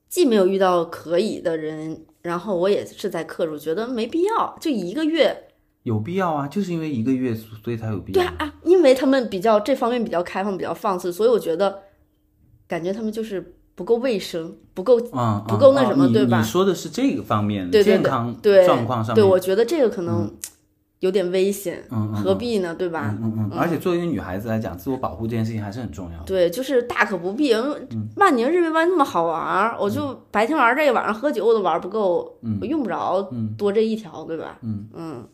Speaker 1: 既没有遇到可以的人，然后我也是在克制，觉得没必要，就一个月
Speaker 2: 有必要啊，就是因为一个月，所以才有必
Speaker 1: 对
Speaker 2: 要。
Speaker 1: 啊啊，因为他们比较这方面比较开放，比较放肆，所以我觉得，感觉他们就是不够卫生，不够
Speaker 2: 嗯，嗯
Speaker 1: 不够那什么
Speaker 2: 哦你
Speaker 1: 对吧
Speaker 2: 你说的是这个方面
Speaker 1: 对对对
Speaker 2: 健康
Speaker 1: 对
Speaker 2: 状况上面，
Speaker 1: 对，我觉得这个可能有点危险，
Speaker 2: 嗯嗯嗯
Speaker 1: 何必呢？对吧？
Speaker 2: 嗯嗯嗯，而且作为一个女孩子来讲，自我保护这件事情还是很重要的。
Speaker 1: 对，就是大可不必。因为
Speaker 2: 嗯
Speaker 1: 万宁日月湾那么好玩儿，我就白天玩这个，晚上喝酒我都玩不够，我用不着多这一条，对吧？
Speaker 2: 嗯
Speaker 1: 嗯，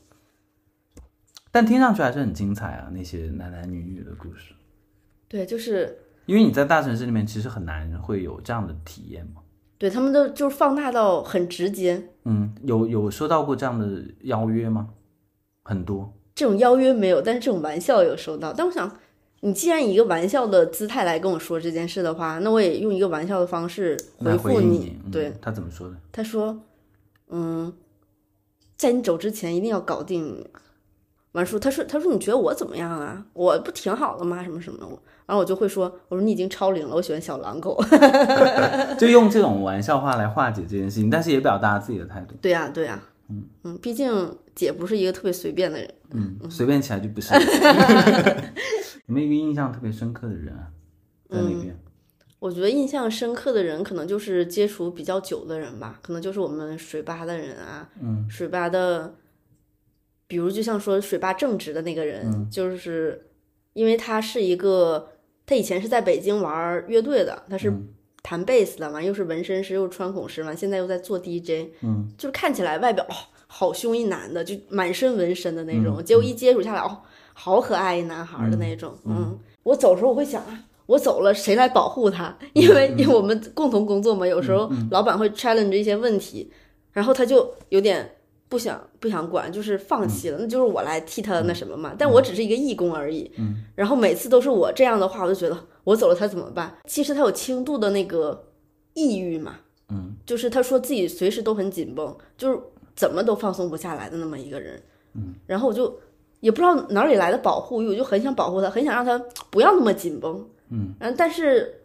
Speaker 2: 但听上去还是很精彩啊，那些男男女女的故事，
Speaker 1: 对，就是
Speaker 2: 因为你在大城市里面其实很难会有这样的体验嘛。
Speaker 1: 对他们都就是放大到很直接，
Speaker 2: 嗯，有有收到过这样的邀约吗？很多，
Speaker 1: 这种邀约没有，但是这种玩笑有收到。但我想，你既然以一个玩笑的姿态来跟我说这件事的话，那我也用一个玩笑的方式
Speaker 2: 来回
Speaker 1: 复
Speaker 2: 应
Speaker 1: 你。
Speaker 2: 嗯
Speaker 1: 对，
Speaker 2: 他怎么说的？
Speaker 1: 他说：“嗯，在你走之前一定要搞定你。”完说，他说：“他说你觉得我怎么样啊？我不挺好的吗？什么什么的？”然后我就会说：“我说你已经超龄了，我喜欢小狼狗。
Speaker 2: 就用这种玩笑话来化解这件事情，但是也表达自己的态度。”
Speaker 1: 对呀、对呀、嗯嗯，毕竟姐不是一个特别随便的人。
Speaker 2: 嗯，随便起来就不是。有没有一个印象特别深刻的人啊？在那边，
Speaker 1: 我觉得印象深刻的人，可能就是接触比较久的人吧，可能就是我们水吧的人啊，
Speaker 2: 嗯，
Speaker 1: 水吧的，比如就像说水吧正直的那个人，就是因为他是一个，他以前是在北京玩乐队的，他是弹贝斯的，完又是纹身师，又穿孔师，完现在又在做 DJ，
Speaker 2: 嗯，
Speaker 1: 就是看起来外表哦好凶一男的，就满身纹身的那种，结果一接触下来哦，好可爱一男孩儿的那种，嗯，我走的时候我会想啊。我走了，谁来保护他？因
Speaker 2: 嗯
Speaker 1: 为因为我们共同工作嘛，有时候老板会 challenge 一些问题，然后他就有点不想不想管，就是放弃了，那就是我来替他那什么嘛。但我只是一个义工而已。
Speaker 2: 嗯
Speaker 1: 然后每次都是我这样的话，我就觉得我走了他怎么办？其实他有轻度的那个抑郁嘛，
Speaker 2: 嗯，
Speaker 1: 就是他说自己随时都很紧绷，就是怎么都放松不下来的那么一个人。嗯，然后我就也不知道哪里来的保护欲，我就很想保护他，很想让他不要那么紧绷。
Speaker 2: 嗯，
Speaker 1: 但是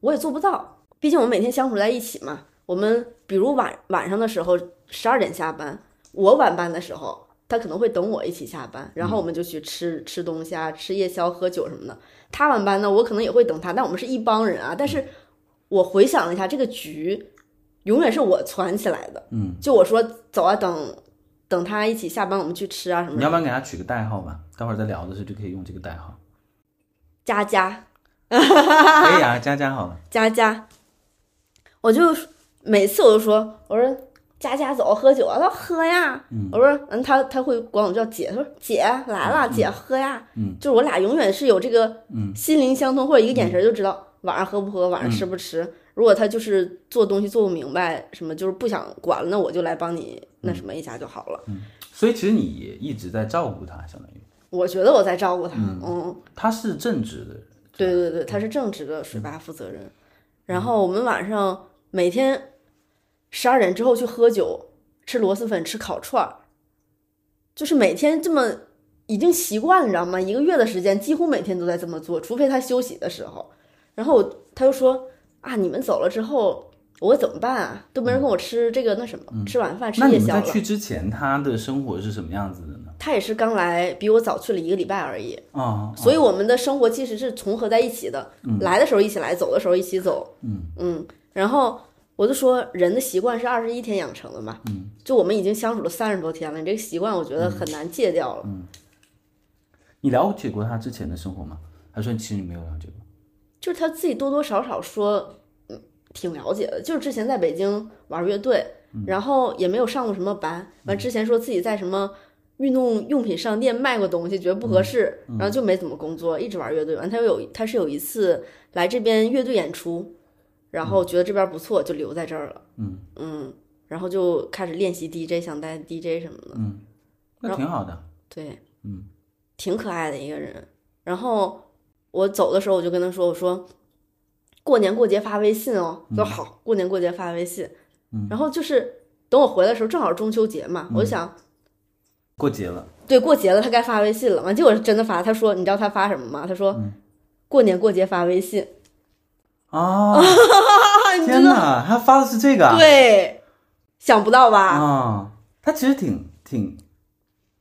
Speaker 1: 我也做不到，毕竟我们每天相处在一起嘛。我们比如晚晚上的时候十二点下班，我晚班的时候，他可能会等我一起下班，然后我们就去吃吃东西啊，吃夜宵、喝酒什么的。他晚班呢，我可能也会等他，但我们是一帮人啊。但是我回想了一下，这个局永远是我攒起来的。
Speaker 2: 嗯，
Speaker 1: 就我说走啊，等等他一起下班，我们去吃啊什么
Speaker 2: 你要
Speaker 1: 的。
Speaker 2: 不然给他取个代号吧，待会儿在聊的时候就可以用这个代号。
Speaker 1: 佳佳，
Speaker 2: 可以啊，佳佳好了。
Speaker 1: 佳佳，我就每次我就说，我说佳佳走喝酒啊，他说喝呀，我说嗯，他他会管我叫姐，他说姐来了，姐喝呀，
Speaker 2: 嗯
Speaker 1: 就是我俩永远是有这个
Speaker 2: 嗯嗯
Speaker 1: 心灵相通，或者一个眼神就知道晚上喝不喝，晚上吃不吃。如果他就是做东西做不明白，什么就是不想管了，那我就来帮你
Speaker 2: 嗯
Speaker 1: 那什么一下就好了。
Speaker 2: 所以其实你也一直在照顾他，相当于
Speaker 1: 我觉得我在照顾他，嗯
Speaker 2: 他是正直的人。
Speaker 1: 对对对，
Speaker 2: 嗯
Speaker 1: 他是正直的水吧负责人。然后我们晚上每天十二点之后去喝酒，吃螺蛳粉，吃烤串儿，就是每天这么已经习惯了，你知道吗？一个月的时间，几乎每天都在这么做，除非他休息的时候。然后我他就说啊，你们走了之后，我怎么办啊？都没人跟我吃这个那什么，吃晚饭吃
Speaker 2: 嗯那你
Speaker 1: 夜
Speaker 2: 们
Speaker 1: 宵
Speaker 2: 在
Speaker 1: 了。
Speaker 2: 去之前，他的生活是什么样子的呢？
Speaker 1: 他也是刚来，比我早去了一个礼拜而已。
Speaker 2: 啊、
Speaker 1: 所以我们的生活其实是重合在一起的，来的时候一起来，走的时候一起走。
Speaker 2: 嗯
Speaker 1: 然后我就说，人的习惯是二十一天养成的嘛，
Speaker 2: 嗯
Speaker 1: 就我们已经相处了三十多天了，你这个习惯我觉得很难戒掉了。
Speaker 2: 你了解过他之前的生活吗？还说其实你没有了解过？
Speaker 1: 就是他自己多多少少说，嗯，挺了解的。就是之前在北京玩乐队，然后也没有上过什么班，完之前说自己在什么。运动用品商店卖过东西，觉得不合适，然后就没怎么工作，一直玩乐队。完，他又有他是有一次来这边乐队演出，然后觉得这边不错，就留在这儿了。
Speaker 2: 嗯
Speaker 1: 嗯，然后就开始练习 DJ，想当 DJ 什么的。
Speaker 2: 嗯，那挺好的。
Speaker 1: 对，
Speaker 2: 嗯，
Speaker 1: 挺可爱的一个人。然后我走的时候，我就跟他说：“我说过年过节发微信哦。”
Speaker 2: 嗯
Speaker 1: 他说：“好，过年过节发微信。”然后就是等我回来的时候，正好是中秋节嘛，
Speaker 2: 嗯
Speaker 1: 我就想，
Speaker 2: 过节了，
Speaker 1: 对，过节了，他该发微信了。完，结果是真的发。他说：“你知道他发什么吗？”他说：“
Speaker 2: 嗯
Speaker 1: 过年过节发微信。
Speaker 2: 啊！天哪，他发的是这个啊？
Speaker 1: 对，想不到吧？
Speaker 2: 啊，他其实挺挺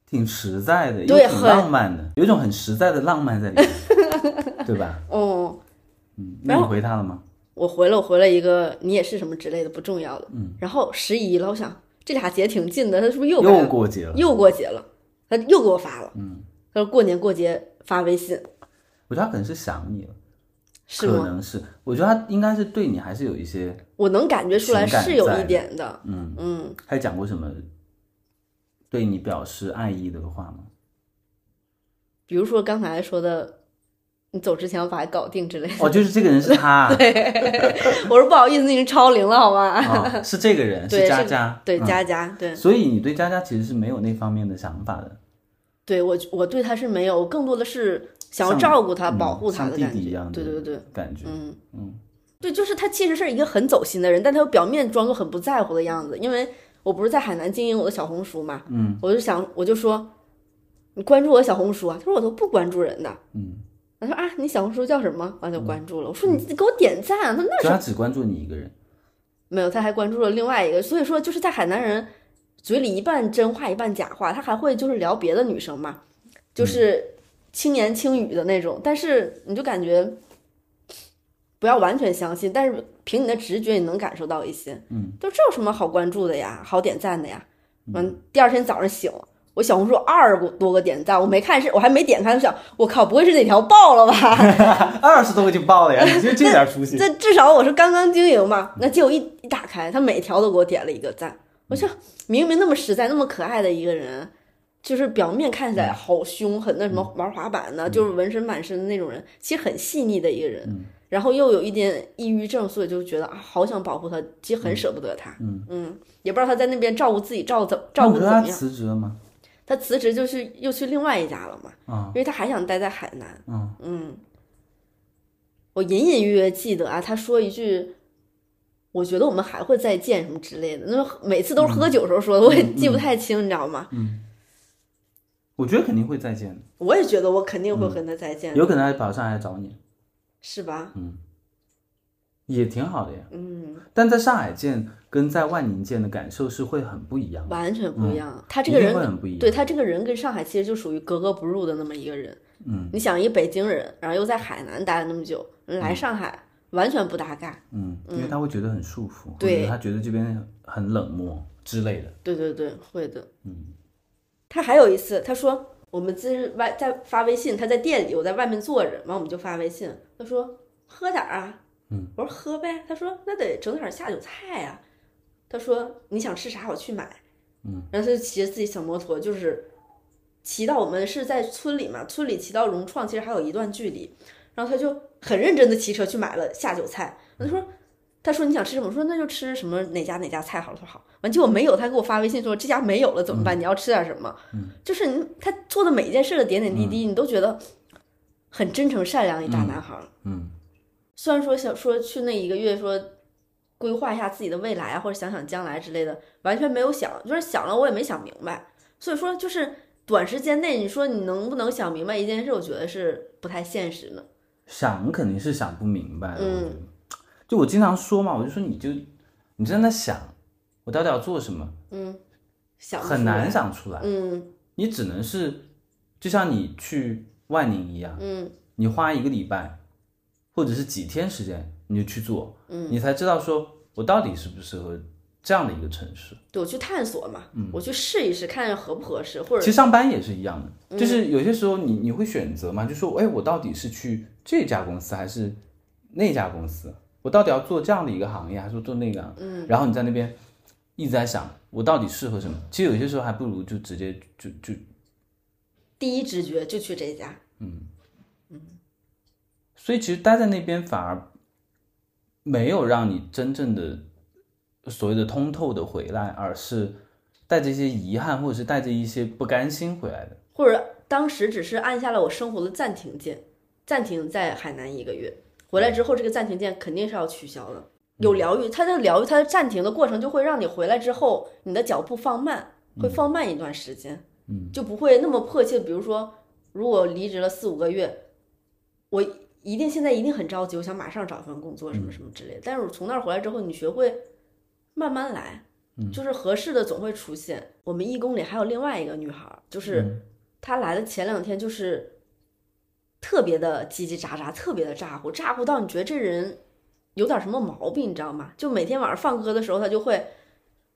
Speaker 2: 挺实在的，
Speaker 1: 对
Speaker 2: 也挺
Speaker 1: 很
Speaker 2: 浪漫的，有一种很实在的浪漫在里面， 对吧？
Speaker 1: 哦，
Speaker 2: 嗯，那你回他了吗？
Speaker 1: 我回了，我回了一个你也是什么之类的，不重要的。嗯，然后十一了，我想这俩节挺近的，他是不是又
Speaker 2: 又
Speaker 1: 又
Speaker 2: 过节了，
Speaker 1: 又过节了？他又给我发了，嗯，他说过年过节发微信
Speaker 2: 我觉得他可能是想你了，
Speaker 1: 是
Speaker 2: 可
Speaker 1: 吗？
Speaker 2: 能是，我觉得他应该是对你还是有一些，
Speaker 1: 我能感觉出来
Speaker 2: 情感
Speaker 1: 是有
Speaker 2: 在
Speaker 1: 一点的，
Speaker 2: 嗯，
Speaker 1: 嗯，
Speaker 2: 他讲过什么对你表示爱意的话吗？
Speaker 1: 比如说刚才说的，你走之前我把它搞定之类的。
Speaker 2: 哦，就是这个人是他，
Speaker 1: 我说不好意思，那个超龄了，好吗？
Speaker 2: 啊，是这个人，
Speaker 1: 对，
Speaker 2: 是佳
Speaker 1: 是
Speaker 2: 佳，
Speaker 1: 对
Speaker 2: 嗯
Speaker 1: 佳佳，对
Speaker 2: 所以你对佳佳其实是没有那方面的想法的，
Speaker 1: 对，我我对他是没有，我更多的是想要
Speaker 2: 像
Speaker 1: 照顾他、
Speaker 2: 嗯
Speaker 1: 保护他
Speaker 2: 像
Speaker 1: 的
Speaker 2: 弟
Speaker 1: 感
Speaker 2: 弟一
Speaker 1: 觉
Speaker 2: 样，
Speaker 1: 对
Speaker 2: 的
Speaker 1: 对对。
Speaker 2: 感觉，
Speaker 1: 嗯
Speaker 2: 嗯，
Speaker 1: 对，就是他其实是一个很走心的人，但他又表面装作很不在乎的样子。因为我不是在海南经营我的小红书嘛，
Speaker 2: 嗯，
Speaker 1: 我就想我就说你关注我的小红书啊，他说我都不关注人的，
Speaker 2: 嗯，
Speaker 1: 他说啊你小红书叫什么？完就关注了。我说你给我点赞啊，他说那
Speaker 2: 所以他只关注你一个人，
Speaker 1: 没有，他还关注了另外一个，所以说就是在海南人嘴里一半真话一半假话，他还会就是聊别的女生嘛，就是轻言轻语的那种，但是你就感觉不要完全相信，但是凭你的直觉你能感受到一些，
Speaker 2: 嗯，
Speaker 1: 就这有什么好关注的呀，好点赞的呀，完第二天早上醒。我小红书二十多个点赞，我没看是，我还没点开，我想，我靠，不会是哪条爆了吧？
Speaker 2: 二十多个就爆了呀，你就这点出息，
Speaker 1: 这至少我是刚刚经营嘛，那结果一一打开，他每条都给我点了一个赞，我想明明那么实在、那么可爱的一个人，就是表面看
Speaker 2: 嗯
Speaker 1: 起来好凶狠，那什么玩滑板的，就是纹身满身的那种人，其实很细腻的一个
Speaker 2: 嗯
Speaker 1: 人，然后又有一点抑郁症，所以就觉得啊，好想保护他，其实很舍不得他，
Speaker 2: 嗯
Speaker 1: 也不知道他在那边照顾自己照怎
Speaker 2: 那
Speaker 1: 照
Speaker 2: 我
Speaker 1: 顾
Speaker 2: 觉
Speaker 1: 得怎
Speaker 2: 得他
Speaker 1: 么样。
Speaker 2: 辞职了吗？
Speaker 1: 他辞职就去又去另外一家了嘛，
Speaker 2: 啊
Speaker 1: 因为他还想待在海南。
Speaker 2: 啊，
Speaker 1: 嗯，我隐隐约约记得啊，他说一句，我觉得我们还会再见什么之类的。那每次都是
Speaker 2: 嗯
Speaker 1: 喝酒时候说的，我也记不太清，你知道吗？
Speaker 2: 我觉得肯定会再见的，
Speaker 1: 我也觉得我肯定会和他再见，
Speaker 2: 嗯有可能还跑上来找你，嗯
Speaker 1: 是吧？
Speaker 2: 也挺好的呀。
Speaker 1: 嗯，
Speaker 2: 但在上海见跟在万宁见的感受是会很不一样的，
Speaker 1: 完全不一样。他
Speaker 2: 他
Speaker 1: 这个
Speaker 2: 会
Speaker 1: 人，
Speaker 2: 很不嗯一样。
Speaker 1: 对，他这个人跟上海其实就属于格格不入的那么一个人。
Speaker 2: 嗯，
Speaker 1: 你想，一北京人，然后又在海南待了那么久，来上海完全不搭嘎。
Speaker 2: 嗯，因为他会觉得很束缚，或
Speaker 1: 对
Speaker 2: 者他觉得这边很冷漠之类的。
Speaker 1: 对对对，会的。
Speaker 2: 嗯，
Speaker 1: 他还有一次，他说我们今日外在发微信，他在店里，我在外面坐着，完我们就发微信。他说喝点儿啊，
Speaker 2: 嗯，
Speaker 1: 我说喝呗。他说那得整点儿下酒菜啊。他说你想吃啥，我去买。
Speaker 2: 嗯，
Speaker 1: 然后他就骑着自己小摩托，就是骑到我们是在村里嘛，村里骑到融创其实还有一段距离，然后他就很认真的骑车去买了下酒菜。他说。他说你想吃什么？我说那就吃什么哪家哪家菜好了。他说好，完结果没有，他给我发微信说这家没有了怎么
Speaker 2: 嗯
Speaker 1: 办？你要吃点什么？就是你他做的每一件事的点点滴滴，你都觉得很真诚善良一大男孩儿。
Speaker 2: 嗯嗯
Speaker 1: 虽然说想说去那一个月说规划一下自己的未来啊，或者想想将来之类的，完全没有想，就是想了我也没想明白。所以说就是短时间内，你说你能不能想明白一件事，我觉得是不太现实的。
Speaker 2: 想肯定是想不明白
Speaker 1: 嗯
Speaker 2: 的。我觉得，就我经常说嘛，我就说你就你正在想我到底要做什么，
Speaker 1: 嗯，想不
Speaker 2: 很
Speaker 1: 出
Speaker 2: 难
Speaker 1: 来。
Speaker 2: 想出来。
Speaker 1: 嗯
Speaker 2: 你只能是就像你去万宁一样，
Speaker 1: 嗯
Speaker 2: 你花一个礼拜或者是几天时间你就去做，
Speaker 1: 嗯，
Speaker 2: 你才知道说我到底适不适合这样的一个城市。
Speaker 1: 对我去探索嘛，我去试一试，看合不合适，或
Speaker 2: 嗯其
Speaker 1: 者
Speaker 2: 实上班也是一样的，就是有些时候你你会选择嘛，就说哎，我到底是去这家公司还是那家公司？我到底要做这样的一个行业还是做那个？嗯，然后你在那边一直在想我到底适合什么？其实有些时候还不如就直接就就
Speaker 1: 第一直觉就去这家。
Speaker 2: 所以其实待在那边反而没有让你真正的所谓的通透的回来，而是带着一些遗憾或者是带着一些不甘心回来的。
Speaker 1: 或者当时只是按下了我生活的暂停键，暂停在海南一个月，回来之后这个暂停键肯定是要取消的。有疗愈，它的疗愈，它的暂停的过程就会让你回来之后，你的脚步放慢，会放慢一段时间，嗯，就不会那么迫切。比如说，如果离职了四五个月，我一定现在一定很着急，我想马上找一份工作，什么什么之类的。但是我从那儿回来之后，你学会慢慢来，就是合适的总会出现。我们义工里还有另外一个女孩儿，就是她来的前两天就是特别的叽叽喳喳，特别的咋呼，咋呼到你觉得这人有点什么毛病，你知道吗？就每天晚上放歌的时候，她就会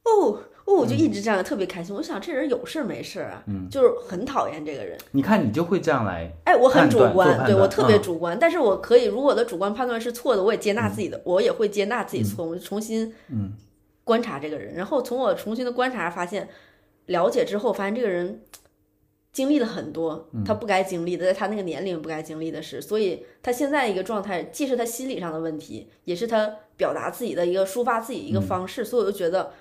Speaker 1: 哦哦，就一直这样，特别开心。我想这人有事儿没事儿啊，就是很讨厌这个人。
Speaker 2: 你看，你就会这样来，
Speaker 1: 哎，我很
Speaker 2: 判
Speaker 1: 主
Speaker 2: 断做
Speaker 1: 观，
Speaker 2: 判
Speaker 1: 对我
Speaker 2: 断
Speaker 1: 特别
Speaker 2: 嗯
Speaker 1: 主观，但是我可以，如果我的主观判断是错的，我也接纳自己的，我也会接纳自己错，我就重新
Speaker 2: 嗯
Speaker 1: 观察这个人，然后从我重新的观察发现，了解之后发现这个人经历了很多
Speaker 2: 嗯
Speaker 1: 他不该经历的，在他那个年龄不该经历的事，所以他现在一个状态，既是他心理上的问题，也是他表达自己的一个抒发自己一个
Speaker 2: 嗯
Speaker 1: 方式，所以我就觉得，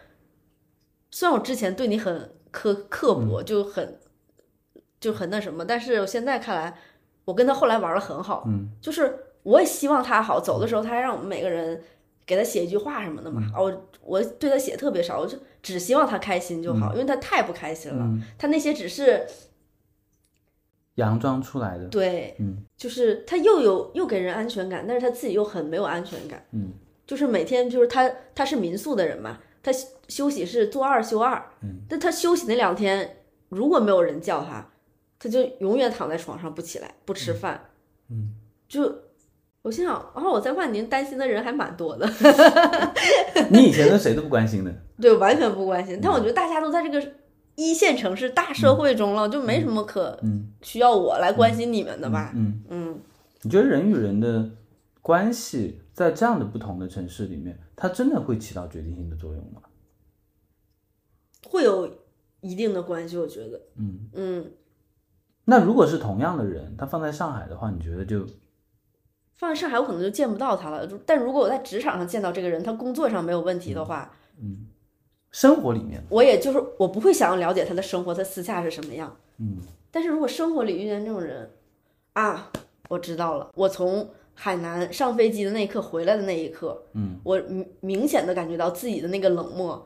Speaker 1: 虽然我之前对你很苛刻
Speaker 2: 嗯
Speaker 1: 薄，就很就很那什么，但是我现在看来，我跟他后来玩的很好，
Speaker 2: 嗯，
Speaker 1: 就是我也希望他好，走的时候他还让我们每个人给他写一句话什么的嘛，哦，我对他写特别少，我就只希望他开心就好，因为他太不开心了，他那些只是
Speaker 2: 佯装出来的。
Speaker 1: 对，
Speaker 2: 嗯
Speaker 1: 就是他又有又给人安全感，但是他自己又很没有安全感，
Speaker 2: 嗯，
Speaker 1: 就是每天就是他他是民宿的人嘛，他休休息是做二休二，
Speaker 2: 嗯，
Speaker 1: 但他休息那两天如果没有人叫他，他就永远躺在床上不起来，不吃饭，
Speaker 2: 嗯，
Speaker 1: 就我心想，哦，我在万宁担心的人还蛮多的。
Speaker 2: 你以前对谁都不关心的，
Speaker 1: 对，完全不关心。
Speaker 2: 嗯
Speaker 1: 但我觉得大家都在这个一线城市大社会中了，就没什么可
Speaker 2: 嗯
Speaker 1: 需要我来关心你们的吧？
Speaker 2: 嗯，
Speaker 1: 嗯
Speaker 2: 你觉得人与人的关系在这样的不同的城市里面，它真的会起到决定性的作用吗？
Speaker 1: 会有一定的关系，我觉得。嗯
Speaker 2: 那如果是同样的人，他放在上海的话，你觉得就
Speaker 1: 放在上海我可能就见不到他了。但如果我在职场上见到这个人，他工作上没有问题的话，
Speaker 2: 生活里面，
Speaker 1: 我也就是我不会想要了解他的生活，他私下是什么样。
Speaker 2: 嗯
Speaker 1: 但是如果生活里遇见这种人，啊，我知道了。我从海南上飞机的那一刻回来的那一刻，
Speaker 2: 嗯，
Speaker 1: 我明明显的感觉到自己的那个冷漠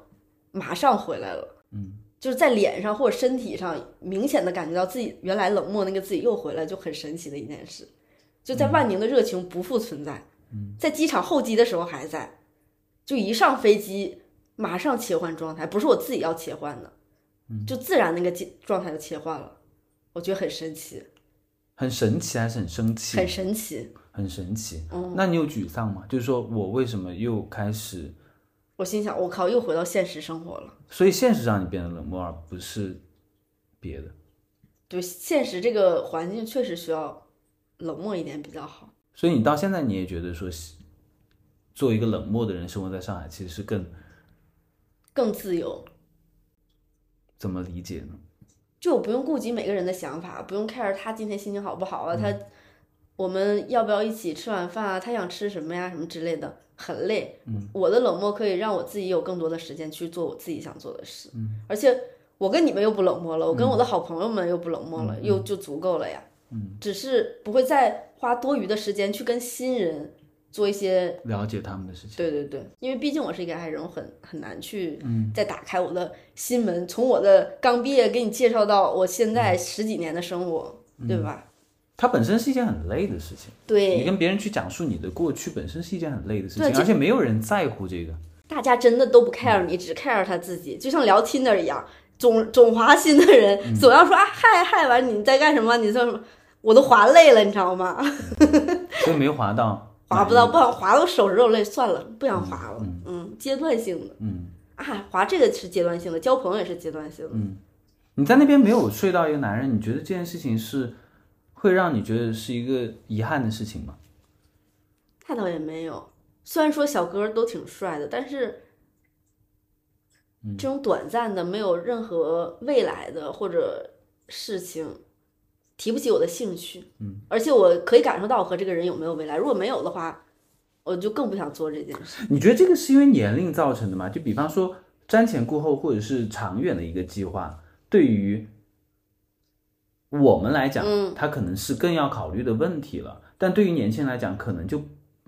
Speaker 1: 马上回来了，
Speaker 2: 嗯，
Speaker 1: 就是在脸上或者身体上明显的感觉到自己原来冷漠那个自己又回来，就很神奇的一件事。就在万宁的热情不复存在，嗯，在机场候机的时候还在，就一上飞机马上切换状态，不是我自己要切换的，就自然那个切状态就切换了。我觉得很神奇，
Speaker 2: 很神奇还是很生气？
Speaker 1: 很神嗯奇。
Speaker 2: 很神奇。那你有沮丧吗？就是说我为什么又开始？
Speaker 1: 我心想，我靠，又回到现实生活了。
Speaker 2: 所以现实让你变得冷漠，而不是别的。
Speaker 1: 对，现实这个环境确实需要冷漠一点比较好。
Speaker 2: 所以你到现在你也觉得说，做一个冷漠的人生活在上海，其实是更
Speaker 1: 更自由，
Speaker 2: 怎么理解呢？
Speaker 1: 就我不用顾及每个人的想法，不用 care 他今天心情嗯好不好啊，他我们要不要一起吃晚饭啊，他想吃什么呀，什么之类的，很累。嗯，我的冷漠可以让我自己有更多的时间去做我自己想做的事。嗯，而且我跟你们又不冷漠了，我跟我的好朋友们又不冷漠了，又就足够了呀。嗯，只是不会再花多余的时间去跟新人做一些。
Speaker 2: 了解他们的事情。
Speaker 1: 对对对，因为毕竟我是一个爱人，我很很难去再打开我的心门，从我的刚毕业给你介绍到我现在十几年的生活，对吧？
Speaker 2: 它本身是一件很累的事情，
Speaker 1: 对，
Speaker 2: 你跟别人去讲述你的过去，本身是一件很累的事
Speaker 1: 对
Speaker 2: 情，
Speaker 1: 这
Speaker 2: 而且没有人在乎这个。
Speaker 1: 大家真的都不 care 你，只 care 他自己，就像聊 Tinder 一样，总总滑新的人总要说啊嗨嗨完你在干什么？你在什么？我都滑累了，你知道吗？
Speaker 2: 所以没滑到，
Speaker 1: 滑不到，不想滑到手指头累，算了，不想滑了。哎嗯，阶段性的
Speaker 2: 嗯，
Speaker 1: 啊，滑这个是阶段性的，交朋友也是阶段性的。
Speaker 2: 你在那边没有睡到一个男人，你觉得这件事情是会让你觉得是一个遗憾的事情吗？
Speaker 1: 那倒也没有，虽然说小哥都挺帅的，但是这种短暂的、没有任何未来的或者事情，提不起我的兴趣。嗯，而且我可以感受到我和这个人有没有未来，如果没有的话，我就更不想做这件事。
Speaker 2: 你觉得这个是因为年龄造成的吗？就比方说瞻前顾后，或者是长远的一个计划，对于我们来讲，
Speaker 1: 嗯
Speaker 2: 它可能是更要考虑的问题了，但对于年轻人来讲，可能就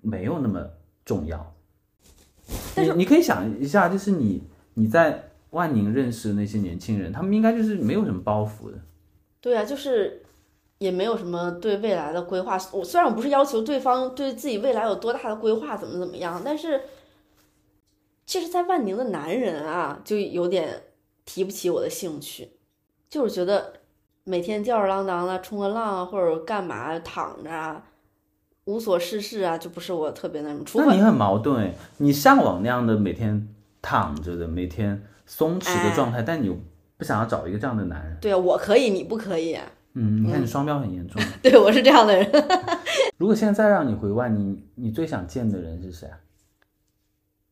Speaker 2: 没有那么重要。
Speaker 1: 但
Speaker 2: 你你可以想一下，就是你你在万宁认识的那些年轻人，他们应该就是没有什么包袱的，
Speaker 1: 对啊，就是也没有什么对未来的规划。我虽然我不是要求对方对自己未来有多大的规划，怎么怎么样，但是这是在万宁的男人啊，就有点提不起我的兴趣，就是觉得每天吊儿郎当的冲个浪啊，或者干嘛躺着啊，无所事事啊，就不是我特别那什么。除
Speaker 2: 那
Speaker 1: 非
Speaker 2: 你很矛盾哎，你向往那样的每天躺着的、每天松弛
Speaker 1: 哎
Speaker 2: 的状态，但你又不想要找一个这样的男人。
Speaker 1: 对啊，我可以，你不可以、啊。
Speaker 2: 嗯，你看你双标很严重。啊
Speaker 1: 对，我是这样的人。
Speaker 2: 如果现在让你回万宁，你最想见的人是谁啊？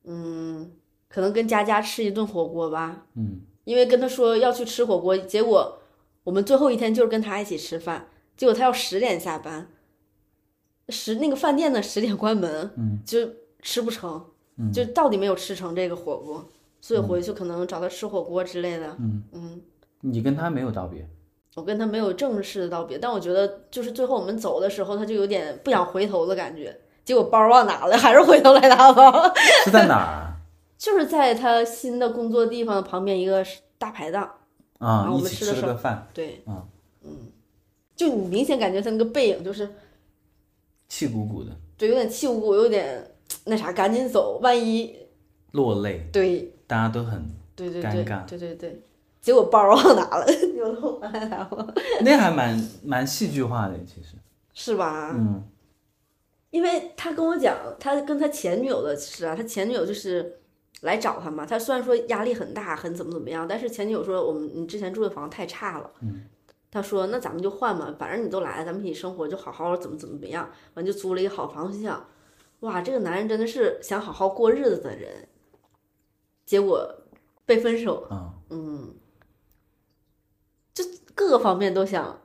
Speaker 1: 嗯，可能跟佳佳吃一顿火锅吧。
Speaker 2: 嗯，
Speaker 1: 因为跟他说要去吃火锅，结果我们最后一天就是跟他一起吃饭，结果他要十点下班，十那个饭店呢十点关门，
Speaker 2: 嗯，
Speaker 1: 就吃不成，就到底没有吃成这个火锅，所以回去可能找他吃火锅之类的，嗯
Speaker 2: 你跟他没有道别。
Speaker 1: 我跟他没有正式的道别，但我觉得就是最后我们走的时候，他就有点不想回头的感觉，结果包忘拿了，还 是回头来拿包，
Speaker 2: 是在哪儿啊？
Speaker 1: 就是在他新的工作地方旁边一个大排档。
Speaker 2: 啊
Speaker 1: 啊，我
Speaker 2: 一
Speaker 1: 们
Speaker 2: 起
Speaker 1: 吃的
Speaker 2: 吃了
Speaker 1: 时
Speaker 2: 个饭，
Speaker 1: 对，
Speaker 2: 嗯
Speaker 1: 嗯就你明显感觉他那个背影就是，
Speaker 2: 气鼓鼓的，
Speaker 1: 对，有点气鼓鼓，有点那啥，赶紧走，万一
Speaker 2: 落泪，
Speaker 1: 对
Speaker 2: 大家都很，
Speaker 1: 对对
Speaker 2: 尴
Speaker 1: 对
Speaker 2: 尬
Speaker 1: 对对对，结果包忘拿了，丢了我拿了，
Speaker 2: 那还蛮蛮戏剧化的，其实。
Speaker 1: 是吧？
Speaker 2: 嗯
Speaker 1: 因为他跟我讲，他跟他前女友的事啊，他前女友就是来找他嘛。他虽然说压力很大，很怎么怎么样，但是前女友说我们你之前住的房太差了，嗯，他说那咱们就换嘛，反正你都来了，咱们一起生活，就好好怎么怎么怎么样。完就租了一个好房想，哇，这个男人真的是想好好过日子的人，结果被分手了，
Speaker 2: 啊，
Speaker 1: 嗯，就各个方面都想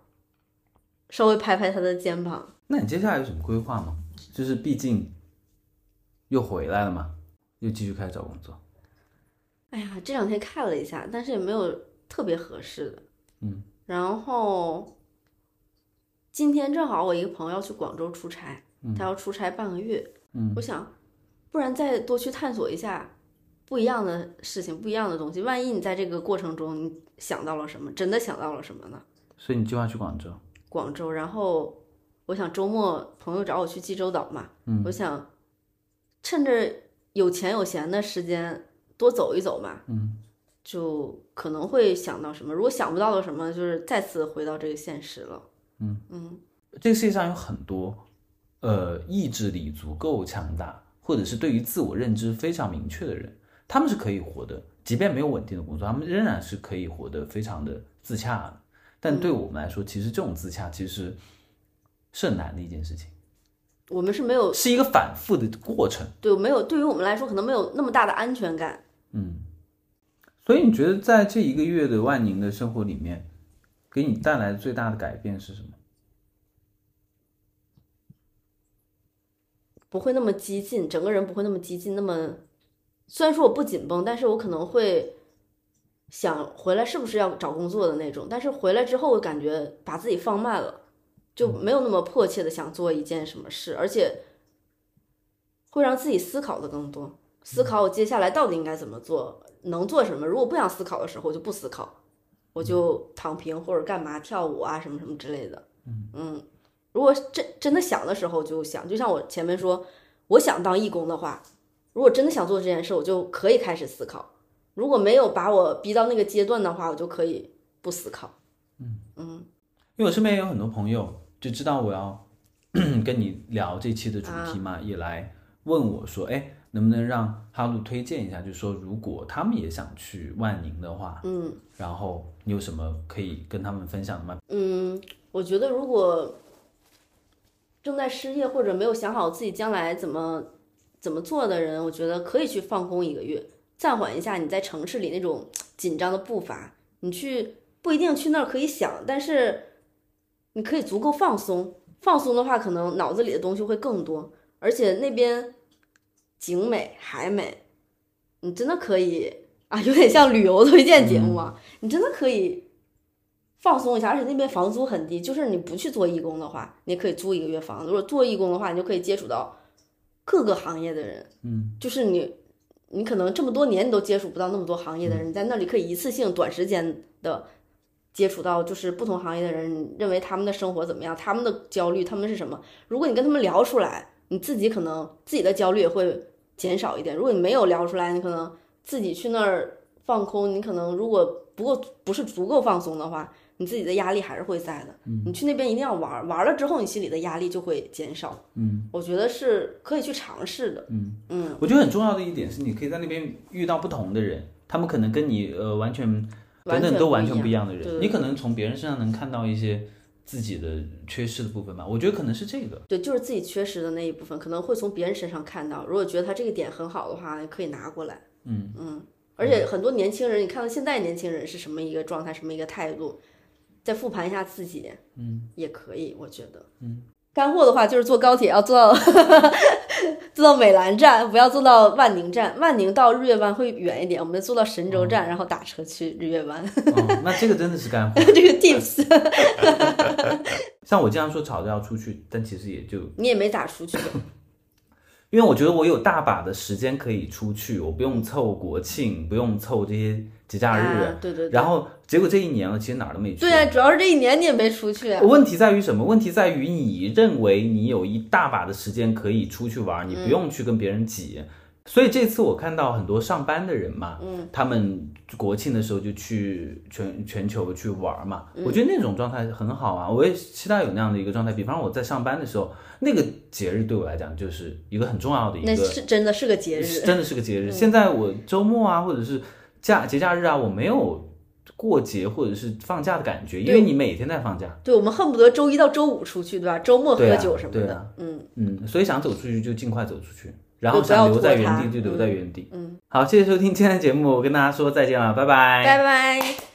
Speaker 1: 稍微拍拍他的肩膀。
Speaker 2: 那你接下来有什么规划吗？就是毕竟又回来了嘛，又继续开始找工作。
Speaker 1: 哎呀，这两天看了一下，但是也没有特别合适的。
Speaker 2: 嗯，
Speaker 1: 然后今天正好我一个朋友要去广州出差，他要出差半个月。
Speaker 2: 嗯
Speaker 1: 我想，不然再多去探索一下不一样的事情，不一样的东西。万一你在这个过程中你想到了什么，真的想到了什么呢？
Speaker 2: 所以你计划去广州？
Speaker 1: 广州，然后我想周末朋友找我去济州岛嘛，
Speaker 2: 嗯
Speaker 1: 我想趁着有钱有闲的时间多走一走嘛，
Speaker 2: 嗯，
Speaker 1: 就可能会想到什么，如果想不到的什么，就是再次回到这个现实了，
Speaker 2: 嗯
Speaker 1: 嗯，
Speaker 2: 这个世界上有很多，呃，意志力足够强大，或者是对于自我认知非常明确的人，他们是可以活的，即便没有稳定的工作，他们仍然是可以活得非常的自洽的。但对我们来说，其实这种自洽其实是很难的一件事情，
Speaker 1: 我们是没有，
Speaker 2: 是一个反复的过程。
Speaker 1: 对，没有，对于我们来说可能没有那么大的安全感，
Speaker 2: 嗯，所以你觉得在这一个月的万宁的生活里面，给你带来最大的改变是什么？
Speaker 1: 不会那么激进，整个人不会那么激进，那么虽然说我不紧绷，但是我可能会想回来是不是要找工作的那种，但是回来之后我感觉把自己放慢了，就没有那么迫切的想做一件什么事，而且会让自己思考的更多，思考我接下来到底应该怎么做，能做什么。如果不想思考的时候，我就不思考，我就躺平或者干嘛跳舞啊什么什么之类的。嗯，如果真真的想的时候就想，就像我前面说，我想当义工的话，如果真的想做这件事，我就可以开始思考；如果没有把我逼到那个阶段的话，我就可以不思考。嗯
Speaker 2: 因为我身边也有很多朋友就知道我要 跟你聊这期的主
Speaker 1: 啊
Speaker 2: 题嘛，也来问我说，哎，能不能让哈鲁推荐一下？就是说，如果他们也想去万宁的话，
Speaker 1: 嗯
Speaker 2: 然后你有什么可以跟他们分享的吗？
Speaker 1: 嗯，我觉得如果正在失业或者没有想好自己将来怎么怎么做的人，我觉得可以去放空一个月，暂缓一下你在城市里那种紧张的步伐。你去不一定去那儿可以想，但是你可以足够放松。放松的话，可能脑子里的东西会更多，而且那边景美海美，你真的可以啊，有点像旅游推荐节目啊，你真的可以放松一下。而且那边房租很低，就是你不去做义工的话，你也可以租一个月房子；如果做义工的话，你就可以接触到各个行业的人。
Speaker 2: 嗯，
Speaker 1: 就是你，你可能这么多年你都接触不到那么多行业的人，你在那里可以一次性短时间的接触到就是不同行业的人，你认为他们的生活怎么样，他们的焦虑，他们是什么？如果你跟他们聊出来，你自己可能自己的焦虑也会减少一点。如果你没有聊出来，你可能自己去那儿放空，你可能如果不够不是足够放松的话。你自己的压力还是会在的，你去那边一定要玩儿，玩儿了之后你心里的压力就会减少，
Speaker 2: 嗯，
Speaker 1: 我觉得是可以去尝试的，
Speaker 2: 嗯
Speaker 1: 嗯，
Speaker 2: 我觉得很重要的一点是，你可以在那边遇到不同的人，他们可能跟你呃完全等
Speaker 1: 完
Speaker 2: 等
Speaker 1: 全
Speaker 2: 都
Speaker 1: 不
Speaker 2: 完
Speaker 1: 一
Speaker 2: 全不一样的
Speaker 1: 对对
Speaker 2: 人，你可能从别人身上能看到一些自己的缺失的部分吧。我觉得可能是这 个。
Speaker 1: 对，就是自己缺失的那一部分，可能会从别人身上看到。如果觉得他这个点很好的话，可以拿过来。
Speaker 2: 嗯
Speaker 1: 嗯，而且很多年轻人，你看到现在年轻人是什么一个状态，什么一个态度，再复盘一下自己，
Speaker 2: 嗯，
Speaker 1: 也可以，我觉得。
Speaker 2: 嗯，
Speaker 1: 干货的话就是坐高铁要坐到 坐到美兰站，不要坐到万宁站。万宁到日月湾会远一点，我们就坐到神州站，然后打车去日月湾。
Speaker 2: 哦，那这个真的是干货。
Speaker 1: 这个 tips
Speaker 2: 像我经常说吵着要出去，但其实也就
Speaker 1: 你也没咋出去，
Speaker 2: 因为我觉得我有大把的时间可以出去，我不用凑国庆，不用凑这些节假日。
Speaker 1: 啊对对对
Speaker 2: 然后结果这一年了，其实哪儿都没去。
Speaker 1: 对啊，主要是这一年你也没出去啊。
Speaker 2: 问题在于什么？问题在于你认为你有一大把的时间可以出去玩，你
Speaker 1: 嗯
Speaker 2: 不用去跟别人挤。所以这次我看到很多上班的人嘛，嗯，他们国庆的时候就去全全球去玩嘛，
Speaker 1: 嗯
Speaker 2: 我觉得那种状态很好啊，我也期待有那样的一个状态。比方我在上班的时候，那个节日对我来讲就是一个很重要的一
Speaker 1: 那
Speaker 2: 个
Speaker 1: 是真的是个节日嗯
Speaker 2: 是，真的是个节日。现在我周末啊，或者是假节假日啊，我没有过节或者是放假的感觉，因为你每天在放假，
Speaker 1: 对，我们恨不得周一到周五出去，对吧？周末
Speaker 2: 对
Speaker 1: 喝
Speaker 2: 啊
Speaker 1: 酒什么
Speaker 2: 对
Speaker 1: 的，
Speaker 2: 啊
Speaker 1: 嗯，
Speaker 2: 嗯，所以想走出去就尽快走出去，然后
Speaker 1: 就不要
Speaker 2: 想留在
Speaker 1: 拖沓
Speaker 2: 原地就留在原地。
Speaker 1: 嗯，
Speaker 2: 好，谢谢收听今天的节目，我跟大家说再见了，拜拜。
Speaker 1: 拜拜。